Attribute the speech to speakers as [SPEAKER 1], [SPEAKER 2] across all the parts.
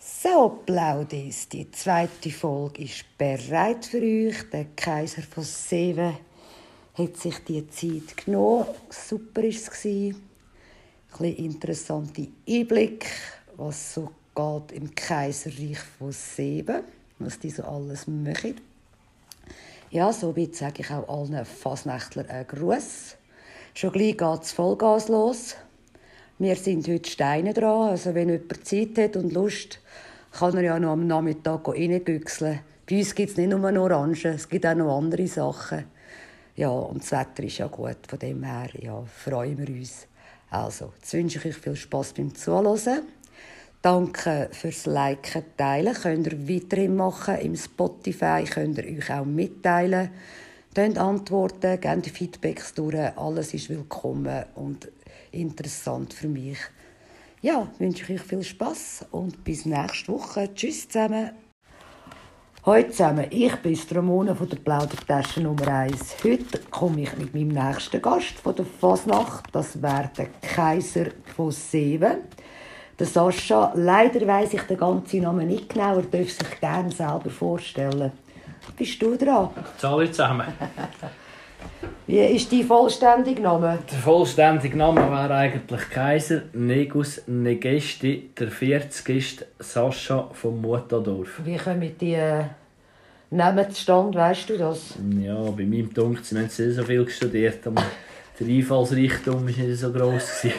[SPEAKER 1] So, Plaudis, die zweite Folge ist bereit für euch. Der Kaiser von Seven hat sich die Zeit genommen. Super war es. Ein bisschen interessante Einblick, was so geht im Kaiserreich von Seven, was die so alles machen. Ja, somit sage ich auch allen Fasnächtlern einen Gruß. Schon gleich geht es Vollgas los. Wir sind heute Steine dran. Also wenn jemand Zeit hat und Lust, kann er ja noch am Nachmittag reingüchseln. Bei uns gibt es nicht nur Orangen, es gibt auch noch andere Sachen. Ja, und das Wetter ist ja gut. Von dem her ja, freuen wir uns. Also, jetzt wünsche ich euch viel Spaß beim Zuhören. Danke fürs Liken, Teilen. Könnt ihr weiterhin machen. Im Spotify könnt ihr euch auch mitteilen. Könnt antworten, gebt Feedbacks durch. Alles ist willkommen und interessant für mich. Ja, wünsche ich euch viel Spaß und bis nächste Woche. Tschüss zusammen. Hallo zusammen, ich bin Ramona von der Plaudertasche Nummer 1. Heute komme ich mit meinem nächsten Gast von der Fasnacht. Das wäre der Kaiser von Seven. Der Sascha, leider weiß ich den ganzen Namen nicht genau, er darf sich gerne selber vorstellen. Bist du dran?
[SPEAKER 2] Hallo zusammen.
[SPEAKER 1] Wie ist dein vollständiger Name?
[SPEAKER 2] Der vollständige Name wäre eigentlich Kaiser Negus Negesti, der 40 ist Sascha vom Mutadorf.
[SPEAKER 1] Wie kommen die äh, Namen zustande, weißt du das?
[SPEAKER 2] Ja, bei meinem Dunkel, sie haben nicht so viel studiert, aber der Einfallsreichtum war nicht so gross. gewesen.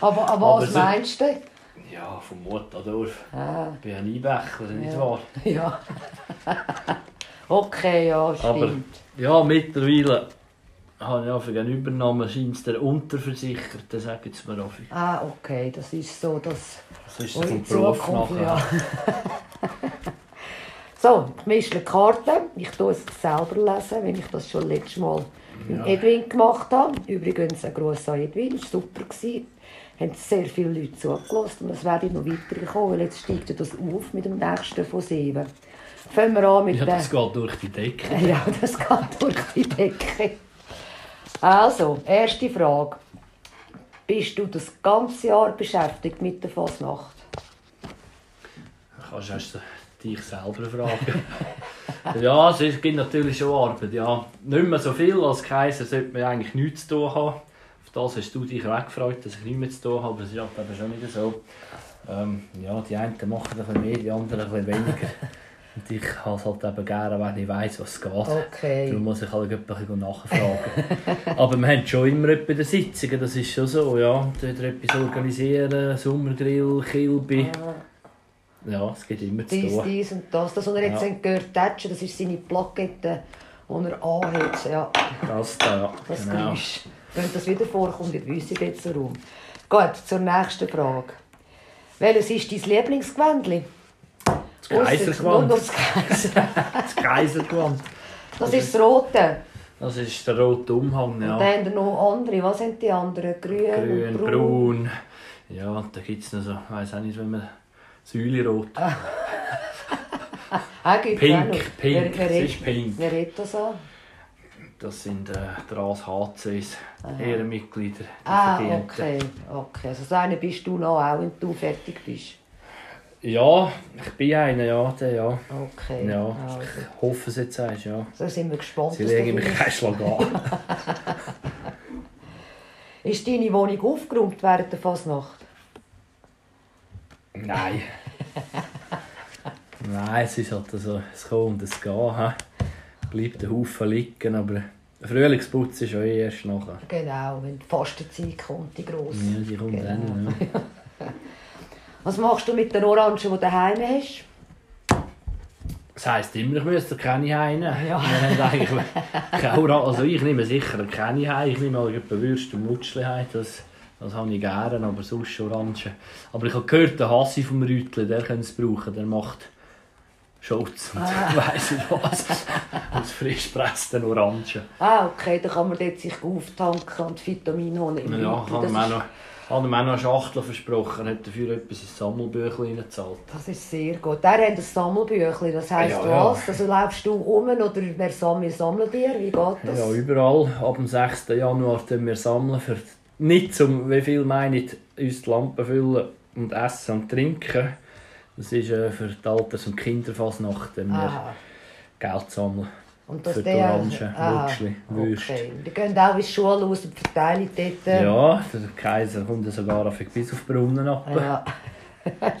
[SPEAKER 1] Aber, aber
[SPEAKER 2] Aber
[SPEAKER 1] was
[SPEAKER 2] so-
[SPEAKER 1] meinst du?
[SPEAKER 2] ja, vom Mutadorf.
[SPEAKER 1] Ah.
[SPEAKER 2] Ich bin ein Einbächler, nicht
[SPEAKER 1] Ja.
[SPEAKER 2] wahr?
[SPEAKER 1] Ja. okay, ja,
[SPEAKER 2] Aber
[SPEAKER 1] stimmt.
[SPEAKER 2] ja, mittlerweile habe ich ja für den Übernahmen scheint der Unterversicherte, sagen sie mir oft.
[SPEAKER 1] Ah, okay, das ist so, dass
[SPEAKER 2] Das ist
[SPEAKER 1] eure
[SPEAKER 2] vom Beruf
[SPEAKER 1] Zukunft,
[SPEAKER 2] nachher.
[SPEAKER 1] ja. so, ich mische die Karten. Ich tue es selber lesen, wenn ich das schon letztes Mal mit Edwin gemacht habe. Übrigens ein Gruß an Edwin, es war super. Gewesen. Haben sehr viele Leute zugelassen und es werden noch weitergekommen, weil jetzt steigt ja das auf mit dem nächsten von sieben. Fangen wir an mit
[SPEAKER 2] Ja,
[SPEAKER 1] der...
[SPEAKER 2] das geht durch die Decke.
[SPEAKER 1] Ja, das geht durch die Decke. Also, erste Frage. Bist du das ganze Jahr beschäftigt mit der Fasnacht?
[SPEAKER 2] Kannst du dich selber fragen. ja, es ist- gibt natürlich schon Arbeit. Ja. Nicht mehr so viel als Kaiser sollte man eigentlich nichts zu tun haben. Auf das hast du dich weggefreut, dass ich nichts mehr zu tun habe. Aber es ist halt eben schon wieder so. Ähm, ja, die einen machen ein bisschen mehr, die anderen ein bisschen weniger. Und ich habe es halt eben gerne, wenn ich weiss, was geht. Darum
[SPEAKER 1] Okay.
[SPEAKER 2] muss ich halt ein bisschen nachfragen. Aber wir haben schon immer etwas bei den Sitzungen, das ist schon so. Ja, dort etwas organisieren, Sommergrill, Kilby. Ja, es gibt immer zu
[SPEAKER 1] Dies,
[SPEAKER 2] tun.
[SPEAKER 1] dies und das. Das, was er jetzt
[SPEAKER 2] Ja.
[SPEAKER 1] ja. gehört hat, das ist seine Plakette, die er anhat. Ja,
[SPEAKER 2] Das da, ja.
[SPEAKER 1] das
[SPEAKER 2] genau.
[SPEAKER 1] Geräusch. Wenn das wieder vorkommt, wir wissen jetzt warum. Gut, zur nächsten Frage. Welches ist dein Lieblingsgewändli?
[SPEAKER 2] Das
[SPEAKER 1] Ausser- nur
[SPEAKER 2] Kaisergewand.
[SPEAKER 1] Das Kaiser.
[SPEAKER 2] Das Kaisergewand.
[SPEAKER 1] Das ist das Rote.
[SPEAKER 2] Das ist der rote Umhang,
[SPEAKER 1] Und dann
[SPEAKER 2] ja.
[SPEAKER 1] haben wir noch andere. Was sind die anderen? Grün,
[SPEAKER 2] Grün,
[SPEAKER 1] und braun.
[SPEAKER 2] braun. Ja, und da gibt es noch so, ich weiss auch nicht, wenn man... Säulerot.
[SPEAKER 1] Ah, gibt's auch noch.
[SPEAKER 2] Pink,
[SPEAKER 1] Wer,
[SPEAKER 2] pink.
[SPEAKER 1] wer,
[SPEAKER 2] Es
[SPEAKER 1] redet,
[SPEAKER 2] ist pink.
[SPEAKER 1] wer redet das an?
[SPEAKER 2] Das sind äh, Dras HCs, Ehrenmitglieder. die
[SPEAKER 1] Ah,
[SPEAKER 2] verdienten.
[SPEAKER 1] okay. okay. Also so einer bist du noch, auch wenn du fertig bist.
[SPEAKER 2] Ja, ich bin einer, ja, der, ja.
[SPEAKER 1] Okay.
[SPEAKER 2] Ja, Ah,
[SPEAKER 1] Also,
[SPEAKER 2] ich hoffe es jetzt heißt, ja.
[SPEAKER 1] so sind wir gespannt.
[SPEAKER 2] Sie
[SPEAKER 1] was du
[SPEAKER 2] legen mich
[SPEAKER 1] findest.
[SPEAKER 2] keinen Schlag an.
[SPEAKER 1] Ist deine Wohnung aufgeräumt während der Fasnacht?
[SPEAKER 2] Nein. Nein, es ist halt so, es kommt und es geht. He. Bleibt ein Haufen liegen, aber der Frühlingsputz ist auch erst nachher.
[SPEAKER 1] Genau, wenn die Fastenzeit kommt, die grosse.
[SPEAKER 2] Ja, die kommt
[SPEAKER 1] Genau.
[SPEAKER 2] dann, ja.
[SPEAKER 1] Was machst du mit den Orangen, die du daheim hast?
[SPEAKER 2] Das heisst immer, ich müsste keine heim nehmen.
[SPEAKER 1] Ja.
[SPEAKER 2] Wir haben eigentlich keine Ora- Also ich nehme sicher keine heim. Ich nehme mal etwa Würste und Mutschli heim. Das, das habe ich gerne, aber sonst Orangen. Aber ich habe gehört, der Hassi vom Rütli, der kann es brauchen. Der macht Schulz und
[SPEAKER 1] Ah.
[SPEAKER 2] weiss ich was. Aus frisch gepressten Orangen.
[SPEAKER 1] Ah, okay, dann kann man dort sich auftanken und Vitamine holen. im
[SPEAKER 2] Ja,
[SPEAKER 1] Winter.
[SPEAKER 2] hat
[SPEAKER 1] Das
[SPEAKER 2] ihm auch
[SPEAKER 1] ist-
[SPEAKER 2] noch, hat ihm auch noch eine Schachtel versprochen, hat dafür etwas ins Sammelbüchlein gezahlt.
[SPEAKER 1] Das ist sehr gut. Der hat ein Sammelbüchlein, das heisst
[SPEAKER 2] Ja, ja.
[SPEAKER 1] was? Also läufst du um oder wer sammelt, sammelt dir? Wie geht das?
[SPEAKER 2] Ja, überall. Ab dem 6. Januar sammeln wir sammeln. Für nicht zum, wie viel meine ich, uns die Lampen füllen und essen und trinken. Das ist äh, für die Alters- und Kinderfasnacht, wenn wir
[SPEAKER 1] Aha.
[SPEAKER 2] Geld sammeln.
[SPEAKER 1] Und dass
[SPEAKER 2] Für die
[SPEAKER 1] der...
[SPEAKER 2] Orangen,
[SPEAKER 1] Aha,
[SPEAKER 2] Würstchen, Würst.
[SPEAKER 1] Okay. Die gehen auch ins Schulhaus und verteilen dort... äh,
[SPEAKER 2] Ja, der Kaiser kommt ja sogar auf- bis auf die Brunnen ab.
[SPEAKER 1] Ja.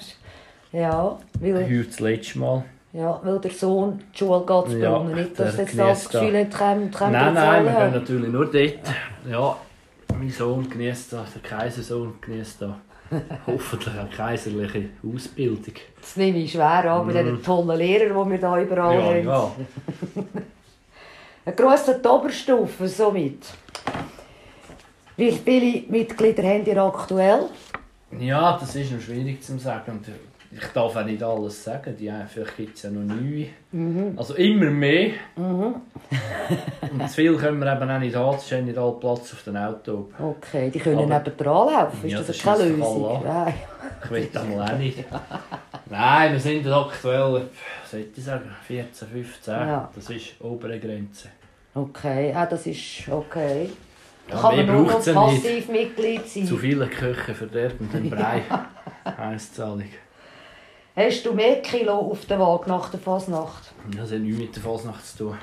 [SPEAKER 1] ja, weil,
[SPEAKER 2] Heute das letzte Mal.
[SPEAKER 1] ja, weil der Sohn die Schule geht zu
[SPEAKER 2] Ja,
[SPEAKER 1] Brunnen. Nicht, dass
[SPEAKER 2] der
[SPEAKER 1] jetzt das
[SPEAKER 2] genießt
[SPEAKER 1] Gefühl hat, kommt, kommt
[SPEAKER 2] Nein, nein, wir gehen natürlich nur dort. Ja, mein Sohn genießt da, der Kaisersohn genießt da hoffentlich eine kaiserliche Ausbildung.
[SPEAKER 1] Das nehme ich schwer an, mit diesen tollen Lehrern, die wir hier überall
[SPEAKER 2] Mhm. Ja,
[SPEAKER 1] haben.
[SPEAKER 2] ja.
[SPEAKER 1] Ein grosser die Oberstufe somit. Wie viele Mitglieder habt ihr aktuell?
[SPEAKER 2] Ja, das ist noch schwierig zu sagen. Und ich darf auch nicht alles sagen. Die, vielleicht gibt es ja noch neue.
[SPEAKER 1] Mhm.
[SPEAKER 2] Also immer mehr. Und zu viel können wir eben auch nicht haben. Es ist ja nicht all Platz auf den Auto.
[SPEAKER 1] Okay, die können
[SPEAKER 2] Aber-
[SPEAKER 1] neben dran laufen. Ist
[SPEAKER 2] Ja,
[SPEAKER 1] das
[SPEAKER 2] das
[SPEAKER 1] keine
[SPEAKER 2] schiesst doch alle
[SPEAKER 1] Lösung?
[SPEAKER 2] an.
[SPEAKER 1] Nein.
[SPEAKER 2] Ich will das mal auch nicht. Nein, wir sind aktuell, was sollte ich sagen, 14, 15.
[SPEAKER 1] Ja.
[SPEAKER 2] Das ist obere Grenze.
[SPEAKER 1] Okay, ah, das ist okay.
[SPEAKER 2] Ja,
[SPEAKER 1] Kann
[SPEAKER 2] mehr
[SPEAKER 1] man nur noch
[SPEAKER 2] braucht's ja nicht.
[SPEAKER 1] passiv Mitglied sein.
[SPEAKER 2] Zu viele Köche verderben den Brei, heisst es allig.
[SPEAKER 1] Hast du mehr Kilo auf den Waage nach der Fasnacht?
[SPEAKER 2] Das hat nichts mit der Fasnacht zu tun.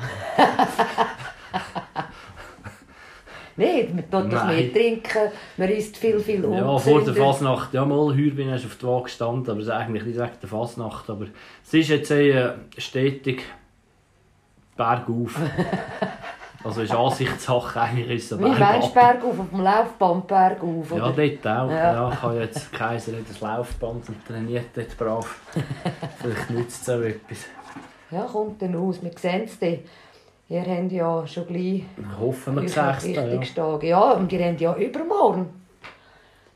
[SPEAKER 1] Nein, man tut doch
[SPEAKER 2] Nein.
[SPEAKER 1] mehr trinken, man isst viel, viel
[SPEAKER 2] Ja, vor der Fasnacht, ja mal, heuer bin ich auf die Waage gestanden, aber es ist eigentlich nicht wegen der Fasnacht, aber es ist jetzt eher stetig bergauf. also ist Ansichtssache, eigentlich ist es
[SPEAKER 1] Wie meinst du
[SPEAKER 2] bergab.
[SPEAKER 1] bergauf, auf dem Laufband bergauf?
[SPEAKER 2] Ja,
[SPEAKER 1] Oder?
[SPEAKER 2] dort auch.
[SPEAKER 1] Ja.
[SPEAKER 2] Ja. ich habe jetzt Kaiser hat das Laufband und trainiert dort brav. Vielleicht nützt es auch etwas.
[SPEAKER 1] ja, kommt dann raus, wir sehen es dann. Ihr habt ja schon gleich
[SPEAKER 2] Hoffen wir
[SPEAKER 1] euren
[SPEAKER 2] sechs ja.
[SPEAKER 1] Tag. Ja, und ihr habt ja übermorgen.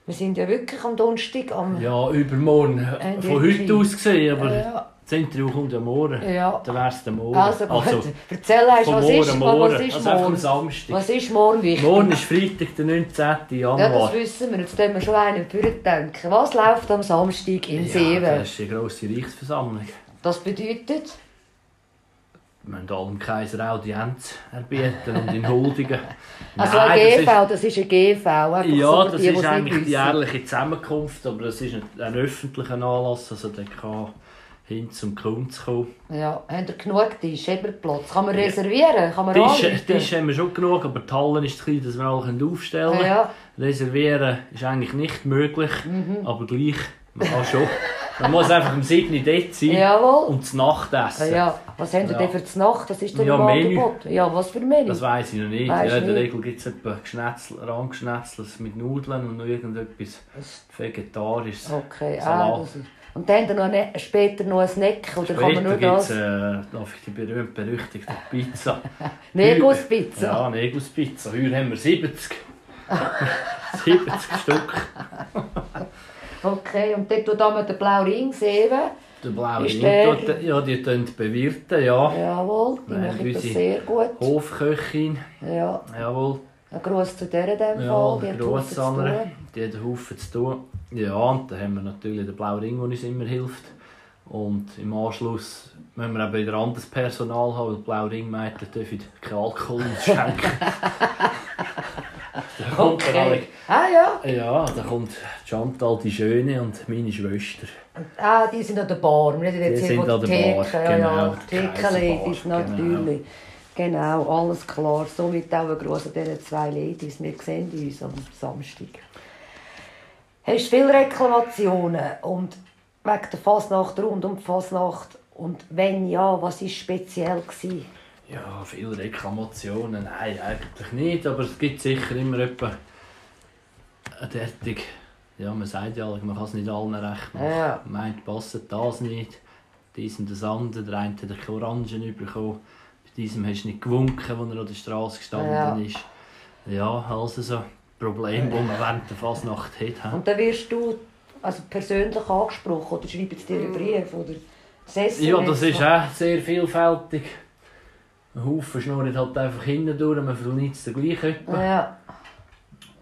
[SPEAKER 1] Wir sind ja wirklich am Donnerstag am...
[SPEAKER 2] ja, übermorgen.
[SPEAKER 1] Äh,
[SPEAKER 2] Von
[SPEAKER 1] die-
[SPEAKER 2] heute aus gesehen, aber
[SPEAKER 1] Ja.
[SPEAKER 2] das Interview kommt ja morgen.
[SPEAKER 1] Ja.
[SPEAKER 2] Dann wär's der Morgen.
[SPEAKER 1] Also, gut, erzähl uns,
[SPEAKER 2] vom
[SPEAKER 1] was
[SPEAKER 2] Morgen,
[SPEAKER 1] ist,
[SPEAKER 2] morgen.
[SPEAKER 1] was ist
[SPEAKER 2] also einfach am
[SPEAKER 1] morgen?
[SPEAKER 2] Samstag.
[SPEAKER 1] Was ist morgen wichtig?
[SPEAKER 2] Morgen ist Freitag, der 19.
[SPEAKER 1] Ja, das
[SPEAKER 2] Januar.
[SPEAKER 1] wissen wir. Jetzt können wir schon einen Führer denken. Was läuft am Samstag in Seewen?
[SPEAKER 2] das ist eine grosse Reichsversammlung.
[SPEAKER 1] Das bedeutet,
[SPEAKER 2] Wir müssen allem Kaiser Audienz erbieten und in Huldigen.
[SPEAKER 1] also
[SPEAKER 2] Nein, das
[SPEAKER 1] ein
[SPEAKER 2] ist-
[SPEAKER 1] GV, das ist ein GV. Einfach
[SPEAKER 2] Ja,
[SPEAKER 1] so für
[SPEAKER 2] das
[SPEAKER 1] die, die
[SPEAKER 2] ist
[SPEAKER 1] es
[SPEAKER 2] eigentlich
[SPEAKER 1] nicht
[SPEAKER 2] die
[SPEAKER 1] wissen.
[SPEAKER 2] jährliche Zusammenkunft, aber es ist ein, ein öffentlicher Anlass, also der kann hin zum Kunst kommen.
[SPEAKER 1] Ja, habt ihr genug Tisch? Habt ihr Platz? Kann man reservieren? Kann man
[SPEAKER 2] Tische,
[SPEAKER 1] anrufen?
[SPEAKER 2] Tische haben wir schon genug, aber die Hallen ist zu klein, dass wir alle können aufstellen können.
[SPEAKER 1] Ja.
[SPEAKER 2] Reservieren ist eigentlich nicht möglich,
[SPEAKER 1] Mhm.
[SPEAKER 2] aber gleich, man kann schon. Man muss einfach am 7. dort sein
[SPEAKER 1] Jawohl.
[SPEAKER 2] und zu Nacht essen.
[SPEAKER 1] Ja, was habt ihr
[SPEAKER 2] Ja.
[SPEAKER 1] denn für die Nacht? Das ist dann
[SPEAKER 2] Ja,
[SPEAKER 1] im
[SPEAKER 2] Menü.
[SPEAKER 1] Angebot. Ja, was für Menü?
[SPEAKER 2] Das weiss ich noch nicht.
[SPEAKER 1] Weiss
[SPEAKER 2] ja, in der
[SPEAKER 1] nicht.
[SPEAKER 2] Regel gibt es etwa Geschnetzel, Randgeschnetzels mit Nudeln und noch irgendetwas Vegetarisches.
[SPEAKER 1] Okay, ah,
[SPEAKER 2] Salat.
[SPEAKER 1] das ist... Und dann habt ihr noch eine, später noch einen Snack? Oder Oh, kann man
[SPEAKER 2] Später
[SPEAKER 1] nur
[SPEAKER 2] gibt es
[SPEAKER 1] das?
[SPEAKER 2] äh, noch die berühmt-berüchtigte Pizza.
[SPEAKER 1] Neguspizza.
[SPEAKER 2] Ja, Neguspizza. Heuer haben wir 70. 70 Stück.
[SPEAKER 1] Okay, und dort tut man den blauen Ring sehen.
[SPEAKER 2] Der blaue
[SPEAKER 1] Ist
[SPEAKER 2] Wein,
[SPEAKER 1] der-
[SPEAKER 2] dort- ja, die tun bewirten, ja.
[SPEAKER 1] Jawohl, die
[SPEAKER 2] Wir haben
[SPEAKER 1] machen das
[SPEAKER 2] unsere
[SPEAKER 1] sehr gut.
[SPEAKER 2] Hofköchin,
[SPEAKER 1] Ja,
[SPEAKER 2] jawohl.
[SPEAKER 1] ein Gruß zu dieser in dem
[SPEAKER 2] Ja,
[SPEAKER 1] Fall.
[SPEAKER 2] der
[SPEAKER 1] hat Haufen zu
[SPEAKER 2] Grossandere,
[SPEAKER 1] tun.
[SPEAKER 2] die hat einen Haufen zu tun. Ja, und dann haben wir natürlich den blauen Ring, der uns immer hilft. Und im Anschluss müssen wir auch wieder anderes Personal haben, weil die blauen Ringmeister dürfen keinen Alkohol schenken. da kommt okay. alle
[SPEAKER 1] Okay. Ah ja,
[SPEAKER 2] Ja, da kommt Chantal die Schöne und meine Schwester.
[SPEAKER 1] ah, die sind an der Bar. Wir reden jetzt
[SPEAKER 2] Die
[SPEAKER 1] hier
[SPEAKER 2] sind
[SPEAKER 1] von der
[SPEAKER 2] an der Bar,
[SPEAKER 1] Theke. Ja,
[SPEAKER 2] genau,
[SPEAKER 1] ja,
[SPEAKER 2] die
[SPEAKER 1] Thekenladies
[SPEAKER 2] Kaiserbar,
[SPEAKER 1] natürlich. Genau. alles klar. Somit auch ein Gruß an diese zwei Ladies. Wir sehen uns am Samstag. Hast du viele Reklamationen und wegen der Fasnacht, rund um die Fasnacht? Und wenn ja, was war speziell? Gewesen?
[SPEAKER 2] Ja, viele Reklamationen. Nein, eigentlich nicht, aber es gibt sicher immer etwa eine derartige. Ja, man sagt ja, man kann es nicht allen recht machen.
[SPEAKER 1] Ja.
[SPEAKER 2] Man meint, passt das nicht, diesem das andere, der eine hat keine Orangen bekommen, bei diesem hast du nicht gewunken, als er an der Straße gestanden
[SPEAKER 1] Ja.
[SPEAKER 2] ist. Ja, also so Probleme, die man während der Fasnacht hat. he?
[SPEAKER 1] Und dann wirst du also persönlich angesprochen oder schreiben sie dir einen Brief oder SMS?
[SPEAKER 2] Ja, das ist auch sehr vielfältig. Ein Haufen schnurrt halt einfach hinten durch, man verliert es gleich etwa.
[SPEAKER 1] Ja.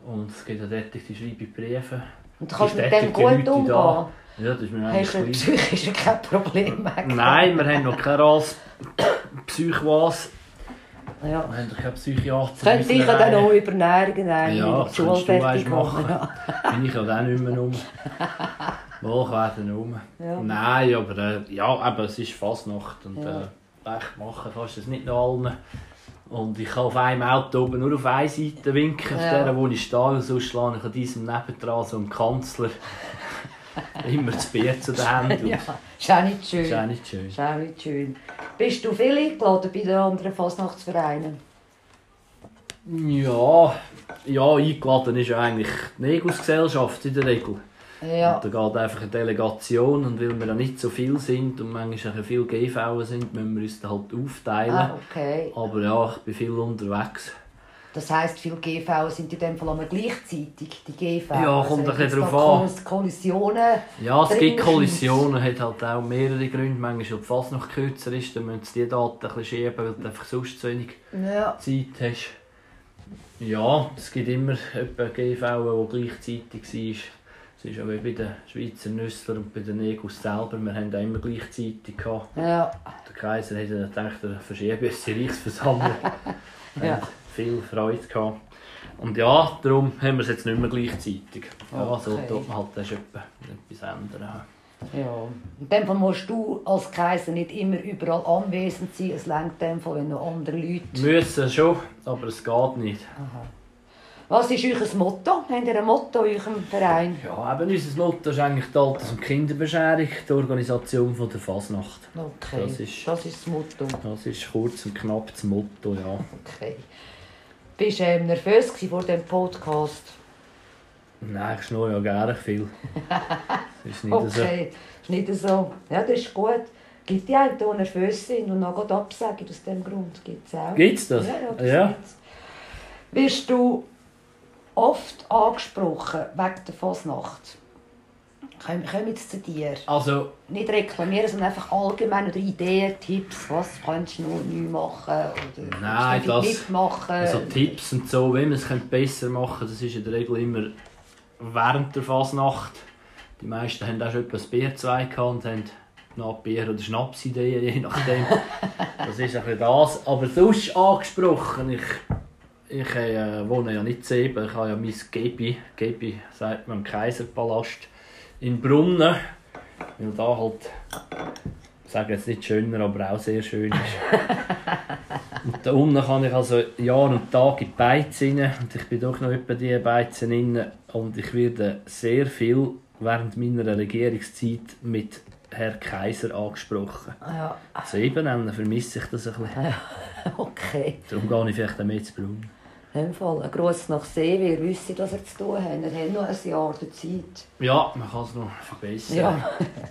[SPEAKER 2] Und es gibt auch dort die schreibe Briefe.
[SPEAKER 1] Und du kannst
[SPEAKER 2] Die
[SPEAKER 1] mit dem
[SPEAKER 2] stetige
[SPEAKER 1] gut
[SPEAKER 2] Leute da.
[SPEAKER 1] umgehen.
[SPEAKER 2] Ja, das ist mir
[SPEAKER 1] Hast du
[SPEAKER 2] eigentlich gleich.
[SPEAKER 1] psychisch kein Problem mehr?
[SPEAKER 2] Nein, wir haben noch keine Ras Psychwas.
[SPEAKER 1] Ja.
[SPEAKER 2] Wir haben doch keinen Psychiater.
[SPEAKER 1] Könnte
[SPEAKER 2] in
[SPEAKER 1] ich
[SPEAKER 2] unserer
[SPEAKER 1] dann
[SPEAKER 2] Reihe.
[SPEAKER 1] auch übernehmen, wenn
[SPEAKER 2] Ja,
[SPEAKER 1] ich die Schule
[SPEAKER 2] kannst du weißt
[SPEAKER 1] fertig
[SPEAKER 2] machen.
[SPEAKER 1] habe.
[SPEAKER 2] Bin ich halt auch nicht mehr um. Wolch werden rum.
[SPEAKER 1] Ja.
[SPEAKER 2] Nein, aber äh, ja, eben, es ist Fasnacht und
[SPEAKER 1] Ja.
[SPEAKER 2] äh, Pech machen kannst du es nicht noch allen. Und ich kann auf einem Auto oben nur auf eine Seite winken,
[SPEAKER 1] Ja.
[SPEAKER 2] auf der, wo ich stehe, und sonst schlage ich an diesem nebendran so einen Kanzler immer das Bier zu den Händen.
[SPEAKER 1] Ja,
[SPEAKER 2] Ja.
[SPEAKER 1] ist auch nicht
[SPEAKER 2] Das ist auch
[SPEAKER 1] schön.
[SPEAKER 2] nicht schön.
[SPEAKER 1] Ist auch nicht schön. Bist du viel eingeladen bei den anderen Fasnachtsvereinen?
[SPEAKER 2] Ja, ja, eingeladen ist ja eigentlich die Negusgesellschaft in der Regel.
[SPEAKER 1] Ja.
[SPEAKER 2] Und da geht einfach eine Delegation und weil wir ja nicht so viel sind und manchmal auch viel GV sind, müssen wir uns dann halt aufteilen.
[SPEAKER 1] Ah, okay.
[SPEAKER 2] Aber ja, ich bin viel unterwegs.
[SPEAKER 1] Das heisst, viele GV sind in dem Fall immer gleichzeitig, die GV.
[SPEAKER 2] Ja, kommt
[SPEAKER 1] wenn
[SPEAKER 2] ein bisschen
[SPEAKER 1] jetzt
[SPEAKER 2] drauf
[SPEAKER 1] da
[SPEAKER 2] an.
[SPEAKER 1] Kollus- Kollisionen.
[SPEAKER 2] Ja, es gibt
[SPEAKER 1] Dringend.
[SPEAKER 2] Kollisionen, hat halt auch mehrere Gründe. Manchmal, weil fast noch kürzer ist, dann müssen sie die Daten ein bisschen schieben, weil du einfach sonst zu wenig
[SPEAKER 1] Ja.
[SPEAKER 2] Zeit hast. Ja, es gibt immer etwa GV, der gleichzeitig war. Es ist auch wie bei den Schweizer Nüsslern und bei den Negus selber. Wir haben auch immer gleichzeitig gehabt.
[SPEAKER 1] Ja.
[SPEAKER 2] Der Kaiser hat dann gedacht, er verschiebe jetzt die Reichsversammlung.
[SPEAKER 1] Ja.
[SPEAKER 2] ja. Viel Freude gehabt. Und ja, darum haben wir es jetzt nicht mehr gleichzeitig. Ja, so
[SPEAKER 1] Okay.
[SPEAKER 2] tut man halt das etwa etwas ändern.
[SPEAKER 1] Ja. In dem Fall musst du als Kaiser nicht immer überall anwesend sein. Es lenkt in dem Fall, wenn noch andere Leute.
[SPEAKER 2] Müssen schon, aber es geht nicht.
[SPEAKER 1] Was ist euer Motto? Habt ihr ein Motto in eurem Verein?
[SPEAKER 2] Ja, eben unser Motto ist eigentlich die Alters- und Kinderbescherung, die Organisation von der Fasnacht.
[SPEAKER 1] Okay.
[SPEAKER 2] Das ist-
[SPEAKER 1] das, ist das Motto.
[SPEAKER 2] Das ist kurz und knapp das Motto, ja.
[SPEAKER 1] Okay. Bist du ähm, nervös gewesen vor dem Podcast?
[SPEAKER 2] Nein, ich schnurre ja gerne viel. Es ist nicht so.
[SPEAKER 1] Okay. Ist nicht so. Ja, das ist gut. Gibt die einen, die nervös sind und noch absagen aus diesem Grund? Gibt es auch.
[SPEAKER 2] Gibt's das?
[SPEAKER 1] Ja, ja, das
[SPEAKER 2] Ja.
[SPEAKER 1] gibt's. Wirst du oft angesprochen wegen der Fasnacht? Komm, komm jetzt zu dir.
[SPEAKER 2] Also,
[SPEAKER 1] Nicht reklamieren, sondern einfach allgemein oder Ideen, Tipps, was kannst du noch neu machen oder
[SPEAKER 2] Nein,
[SPEAKER 1] kannst du nicht
[SPEAKER 2] das-
[SPEAKER 1] mitmachen.
[SPEAKER 2] Also Tipps und so, wie man es könnte besser machen könnte, das ist in der Regel immer während der Fasnacht. Die meisten haben auch schon etwas Bier zwei gehabt und haben noch Bier- oder Schnapsideen, je nachdem. das ist ein bisschen das. Aber sonst angesprochen, ich, ich äh, wohne ja nicht in Eben, ich habe ja mein Gebi, Gebi sagt man im Kaiserpalast, in Brunnen. Weil da halt, ich sage jetzt nicht schöner, aber auch sehr schön ist. Da unten kann ich also Jahr und Tag in die Beize rein. Und ich bin doch noch etwa die Beize rein. Und ich werde sehr viel während meiner Regierungszeit mit Herr Kaiser angesprochen.
[SPEAKER 1] Ja,
[SPEAKER 2] Zu eben vermisse ich das ein bisschen.
[SPEAKER 1] okay.
[SPEAKER 2] Darum gehe ich vielleicht auch mehr zu Brunnen.
[SPEAKER 1] In dem Fall ein grosses nach See, wir wissen, was er zu tun hat. Er hat noch ein Jahr der Zeit.
[SPEAKER 2] Ja, man kann es noch verbessern.